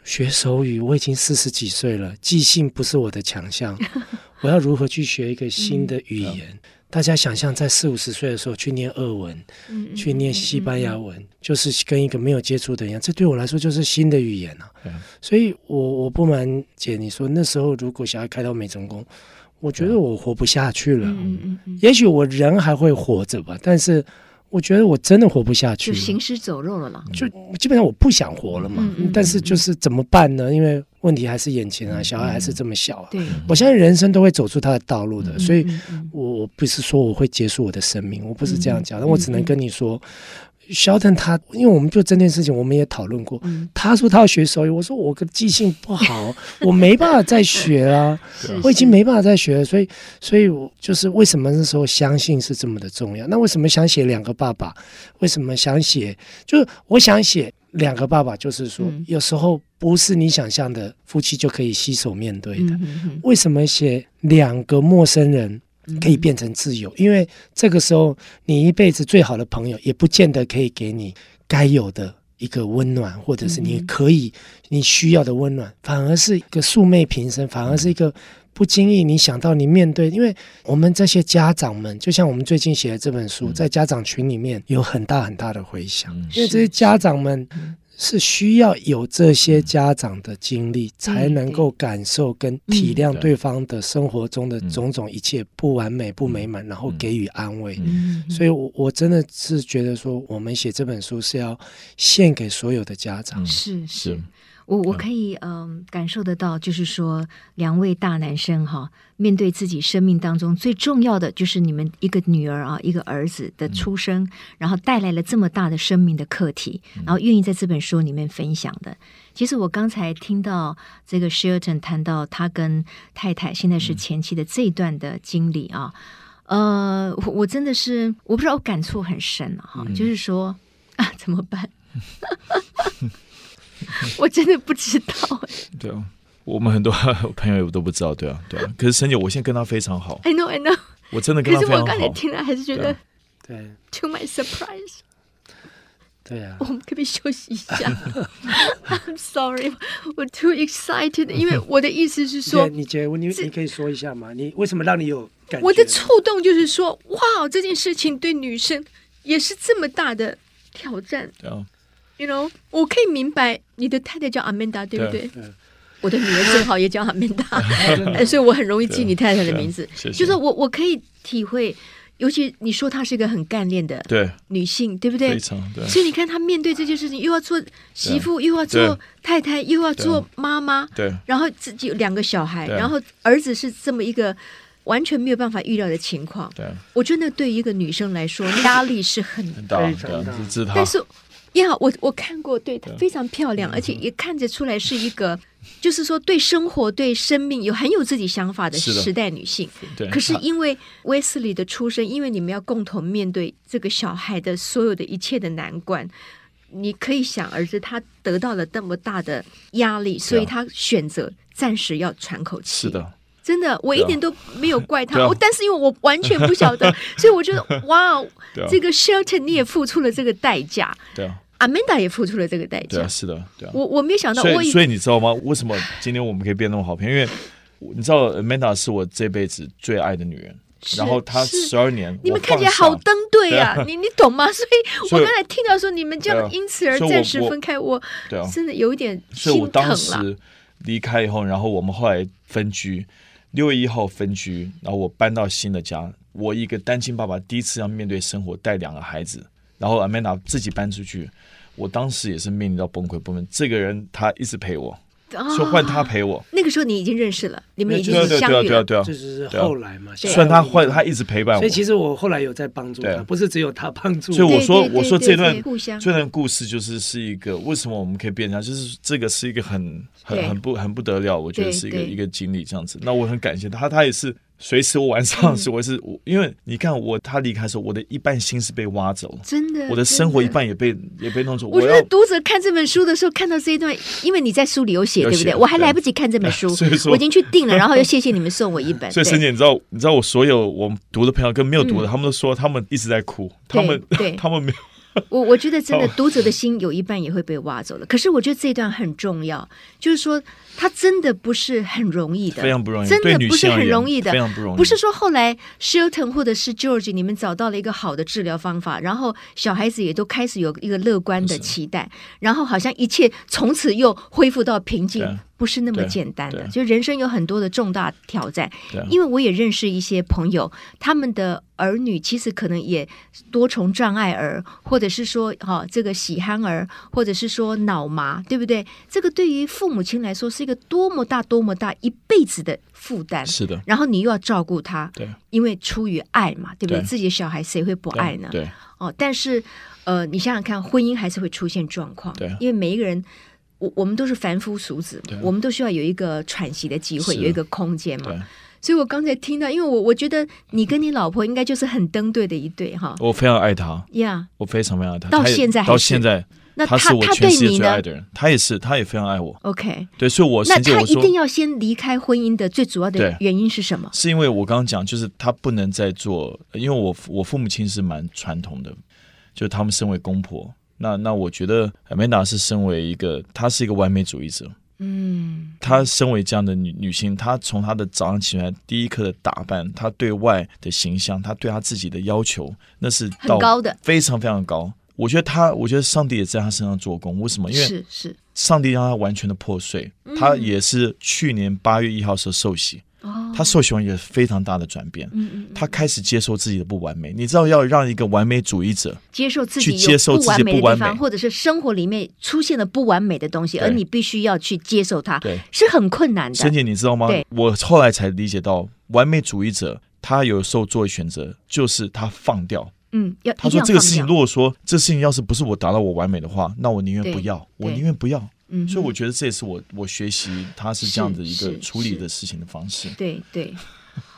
S2: 学手语，我已经四十几岁了，即兴不是我的 强项，我要如何去学一个新
S1: 嗯
S2: 的语言？大家想象在四五十岁的时候去念俄文，
S1: 嗯
S2: 去念西班牙文，就是跟一个没有接触的人一样，这对我来说就是新的语言啊。
S3: 对啊
S2: 所以我我不瞒姐你说，那时候如果小孩开到美中工，我觉得我活不下去了。
S1: 啊嗯嗯嗯嗯，
S2: 也许我人还会活着吧，但是我觉得我真的活不下
S1: 就
S2: 去了，
S1: 行尸走肉了啦。
S2: 就基本上我不想活了嘛。
S1: 嗯嗯
S2: 但是就是怎么办呢？因为问题还是眼前啊，小孩
S1: 嗯
S2: 还是这么小啊。
S1: 对，
S2: 我相信人生都会走出他的道路的，所以
S1: 嗯嗯
S2: 我我不是说我会结束我的生命，我不是这样讲，
S1: 嗯
S2: 但我只能跟你说。肖腾他，因为我们就这件事情，我们也讨论过。
S1: 嗯
S2: 他说他要学手语，我说我个记性不好，我没办法再学啊，
S1: 是
S2: 我已经没办法再学了。所以，所以我就是为什么那时候相信是这么的重要？那为什么想写两个爸爸？为什么想写？就是我想写两个爸爸，就是说、
S1: 嗯
S2: 有时候不是你想象的夫妻就可以携手面对的。
S1: 嗯嗯
S2: 为什么写两个陌生人
S1: 嗯
S2: 可以变成挚友？因为这个时候，你一辈子最好的朋友也不见得可以给你该有的一个温暖，或者是你
S1: 嗯
S2: 可以你需要的温暖，反而是一个素昧平
S1: 嗯
S2: 生，反而是一个。不经意，你想到你面对，因为我们这些家长们，就像我们最近写的这本
S1: 嗯
S2: 书，在家长群里面有很大很大的回响，
S3: 嗯
S2: 因为这些家长们是需要有这些家长的经
S1: 嗯
S2: 历，才能够感受跟体谅对方的生活中
S3: 嗯
S2: 的种种一切不完美、不美满，然后给予安慰。
S1: 嗯嗯
S2: 所以我，我真的是觉得说，我们写这本书是要献给所有的家
S3: 嗯
S2: 长。
S1: 是是
S3: 是。
S1: 我我可以嗯感受得到，就是说两位大男生哈，面对自己生命当中最重要的，就是你们一个女儿啊，一个儿子的出生，然后带来了这么大的生命的课题，然后愿意在这本书里面分享的。其实我刚才听到这个 Shelton 谈到他跟太太现在是前妻的这一段的经历啊，呃，我我真的是我不知道我感触很深啊哈、就是说啊怎么办？ 我真的不知道。
S3: 对啊，我们很多朋友都不知道，对啊， 对啊。可是沈姐，我现在跟她非常好，
S1: I know, I know。
S3: 我真的跟
S1: 可是
S3: 她非
S1: 我
S3: 常
S1: 刚才
S3: 好。
S1: 听了，还是觉得
S3: 对
S2: 对
S1: too much surprise。
S2: 对啊
S1: 我，们可不可以休息一下？I'm sorry，我 too excited，因为我的意思是
S2: 对
S1: 说，
S2: 啊，你觉得你
S1: 这
S2: 你可以说一下吗？你为什么让你有感觉？
S1: 我的触动就是说，哇，这件事情对女生也是这么大的挑战。
S3: 对啊，
S1: You know，我可以明白你的太太叫阿曼达，对不
S3: 对
S1: 对？
S2: 嗯
S1: 我的女儿正好也叫阿曼达， 呃所以我很容易记你太太的名字。
S3: 啊谢谢
S1: 就是我我可以体会，尤其你说她是一个很干练的
S3: 对，
S1: 女性，对不对
S3: 非？常对，
S1: 所以你看，她面对这件事情，又要做媳妇，又要做
S3: 对
S1: 太太，又要做妈妈，
S3: 对
S1: 然后自己有两个小孩，
S3: 对
S1: 然后儿子是这么一个完全没有办法预料的情况。
S3: 对，
S1: 我觉得那对于一个女生来说，压力是很
S3: 很大，
S2: 非常
S3: 对啊
S2: 大，
S3: 这是她。
S1: 但是呀，我我看过，对她
S3: 对嗯
S1: 非常漂亮，而且也看得出来是一个，就是说对生活、对生命有很有自己想法的
S3: 是的
S1: 时代女性。
S3: 对，
S1: 可是因为威斯里的出生，因为你们要共同面对这个小孩的所有的一切的难关，你可以想而知，他得到了那么大的压力，所以他选择暂时要喘口气。
S3: 啊是，的，
S1: 真的，我一点都没 有怪他，
S3: 对啊
S1: 我但是因为我完全不晓 得，所以我觉得哇，哦
S3: 对啊，
S1: 这个 Shelton 你也付出了这个代价
S3: 对啊，
S1: ，Amanda 也付出了这个代
S3: 对
S1: 价
S3: 啊，。是的，对啊。
S1: 我我没有想到，我
S3: 所以
S1: 以
S3: 所以你知道吗？为什么今天我们可以变那么好朋友？因为你知道 Amanda 是我这辈子最爱的女人，
S1: 是
S3: 然后她
S1: 是
S3: 十二年，
S1: 你
S3: 我
S1: 们看起来
S3: 放下
S1: 好登对呀、
S3: 对啊
S1: 你你懂吗？所以
S3: 所以
S1: 我刚才听到说你们这
S3: 对
S1: 样
S3: 啊
S1: 因此而
S3: 所以我
S1: 暂时
S3: 我
S1: 分开，我
S3: 对啊，
S1: 真的有一点
S3: 所以我
S1: 心疼
S3: 当
S1: 了。
S3: 时离开以后，然后我们后来分居，六月一号分居，然后我搬到新的家。我一个单亲爸爸，第一次要面对生活，带两个孩子，然后 Amanda 自己搬出去，我当时也是面临到崩溃部分。这个人他一直陪我，
S1: 哦
S3: 说换他陪我。
S1: 那个时候你已经认识了，你们已经
S3: 对啊对啊
S1: 相
S3: 对啊
S1: 遇
S3: 对啊
S1: 了。
S3: 对啊
S2: 这，就是后来嘛。
S1: 对啊
S3: 虽然他换，他
S2: 一
S3: 一直陪伴我
S2: 所以。其实我后来有在帮助
S3: 对
S2: 他，
S3: 啊
S2: 不是只有他帮助
S3: 所以
S2: 我。
S3: 我说
S1: 对对对
S3: 我说
S1: 对
S3: 这段
S1: 对互相
S3: 这段故事就是是一个为什么我们可以变成这样，就是这个是一个很
S1: 对
S3: 很很不很不得了，我觉得
S1: 对
S3: 是一个
S1: 对
S3: 一个经历这样子。那我很感谢他，他也是随时我晚
S1: 嗯
S3: 上 是我是我，因为你看我他离开的时候，我的一半心是被挖走了，
S1: 真的，
S3: 我的生活一
S1: 真的。
S3: 半也被也被弄走，
S1: 我
S3: 我
S1: 觉
S3: 要
S1: 得读者看这本书的时候，看到这一段，因为你在书里有写，
S3: 有
S1: 对不对？
S3: 写
S1: 我还来
S3: 对啊
S1: 不及看这本书
S3: 所以，说
S1: 我已经去 订了，然后又谢谢你们送我一本。
S3: 所以
S1: 对嗯
S3: 沈姐，你知道，你知道我所有我们读的朋友跟没有读的，他们都说他们一直在哭，他们
S1: 对
S3: 他们没有。
S1: 我我觉得真的，
S3: 好
S1: 读者的心有一半也会被挖走了。可是我觉得这一段很重要，就是说它真的不是很容易的，
S3: 非常不容易
S1: 真
S3: 对
S1: 的
S3: 女
S1: 不是
S3: 性而
S1: 很
S3: 言
S1: 容易的，
S3: 非常不容易
S1: 是说后来 Shilton 或者是 George 你们找到了一个好的治疗方法，然后小孩子也都开始有一个乐观的期待，然后好像一切从此又恢复到平静
S3: 对啊。
S1: 不是那么
S3: 对啊
S1: 简单的
S3: 对，啊
S1: 就人生有很多的重大挑战，
S3: 对啊
S1: 因为我也认识一些朋友，他们的儿女其实可能也多重障碍儿，或者是说哈、这个喜憨儿，或者是说脑麻，对不对？这个对于父母亲来说是一个多么大多么大一辈子的负担。
S3: 是的，
S1: 然后你又要照顾他，
S3: 对
S1: 因为出于爱嘛，对不对？
S3: 对
S1: 自己的小孩谁会不爱呢？
S3: 对
S1: 哦，但是呃，你想想看，婚姻还是会出现状况，
S3: 对啊
S1: 因为每一个人。我我们都是凡夫俗子
S3: 对，啊
S1: 我们都需要有一个喘息的机会，
S3: 是
S1: 有一个空间嘛。
S3: 对，
S1: 所以我刚才听到，因为我我觉得你跟你老婆应该就是很登对的一对哈。
S3: 我非常爱他，
S1: 呀、
S3: 我非常非常爱他，
S1: 到
S3: 他也
S1: 现在还
S3: 到
S1: 是
S3: 现在，
S1: 那
S3: 他
S1: 他
S3: 是我
S1: 他
S3: 全
S1: 对
S3: 世界
S1: 你
S3: 最
S1: 呢
S3: 爱的人，他也是，他也非常爱我。
S1: ？OK，
S3: 对，所以我
S1: 那
S3: 甚至
S1: 他
S3: 我
S1: 一
S3: 说，
S1: 定要先离开婚姻的最主要的
S3: 对
S1: 原因是什么？
S3: 是因为我刚刚讲，就是他不能再做，因为我我父母亲是蛮传统的，就是他们身为公婆，那那我觉得 Amanda 是身为一个，她是一个完美主义者，
S1: 嗯，
S3: 她身为这样的女女性，她从她的早上起来第一刻的打扮，她对外的形象，她对她自己的要求，那是到
S1: 很高的，
S3: 非常非常高。我觉得她，我觉得上帝也在她身上做工。为什么？因为
S1: 是是嗯
S3: 上帝让她完全的破碎。她也是去年八月一号时候受洗，
S1: 哦，
S3: 她受洗完也非常大的转变。
S1: 嗯嗯，
S3: 她开始接受自己的不完美。你知道，要让一个完美主义者，
S1: 接受自
S3: 去
S1: 己有
S3: 接受
S1: 不完
S3: 自己
S1: 美的
S3: 不完
S1: 地方，
S3: 美
S1: 或者是生活里面出现了不完美的东西，
S3: 对
S1: 而你必须要去接受它，
S3: 对
S1: 是很困难
S3: 沈
S1: 的。
S3: 姐，你知道吗
S1: 对？
S3: 我后来才理解到，完美主义者他有时候做选择就是他放掉。
S1: 嗯，要
S3: 他
S1: 一定
S3: 说
S1: 要
S3: 这个事情，
S1: 放掉嗯
S3: 如果说这事情要是不是我达到我完美的话，那我宁愿不
S1: 对
S3: 要，我
S1: 对
S3: 宁愿不要。
S1: 嗯哼
S3: 所以我觉得这也是我我学习他是这样的一
S1: 是
S3: 个
S1: 是
S3: 处理的
S1: 是
S3: 事情的方式。
S1: 对对。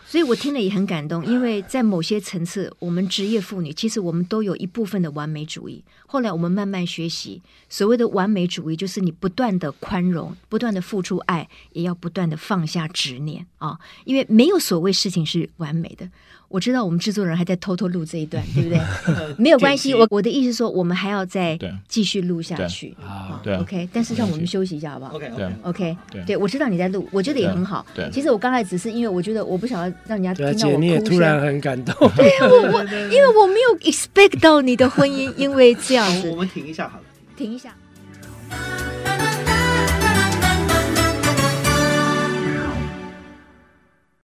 S1: 所以我听了也很感动，因为在某些层次，我们职业妇女其实我们都有一部分的完美主义。后来我们慢慢学习，所谓的完美主义，就是你不断的宽容，不断的付出爱，也要不断的放下执念啊、因为没有所谓事情是完美的。我知道我们制作人还在偷偷录这一 段，对不对？没有关系，我我的意思是说，我们还要再
S3: 对
S1: 继续录下去
S2: 啊
S3: 对啊
S1: OK，但是让我们休息一下好不好？
S3: 对啊
S1: OK，
S3: 对
S1: 我知道你在录，我觉得也
S3: 对
S1: 很好。
S3: 对
S1: 其实我刚才只是因为我觉得我不想要让人家
S2: 对啊，
S1: 听到
S2: 姐
S1: 我哭
S2: 你也突
S1: 声
S2: 然很感 动。
S1: 我我因为我没有 expect 到你的婚姻因为这样
S6: 我
S1: 子，
S6: 们停一下好了。
S1: 停一下。
S7: 「